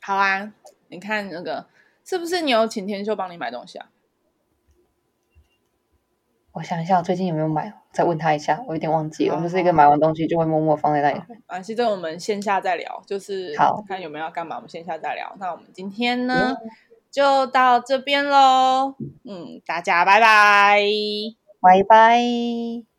好啊，你看那个是不是你有请天秀帮你买东西啊？我想一下，我最近有没有买？再问他一下，我有点忘记了。好我就是好一个买完东西就会默默放在那里。啊，是这个我们线下再聊，就是好看有没有要干嘛，我们线下再聊。那我们今天呢就到这边喽，嗯，大家拜拜。拜拜。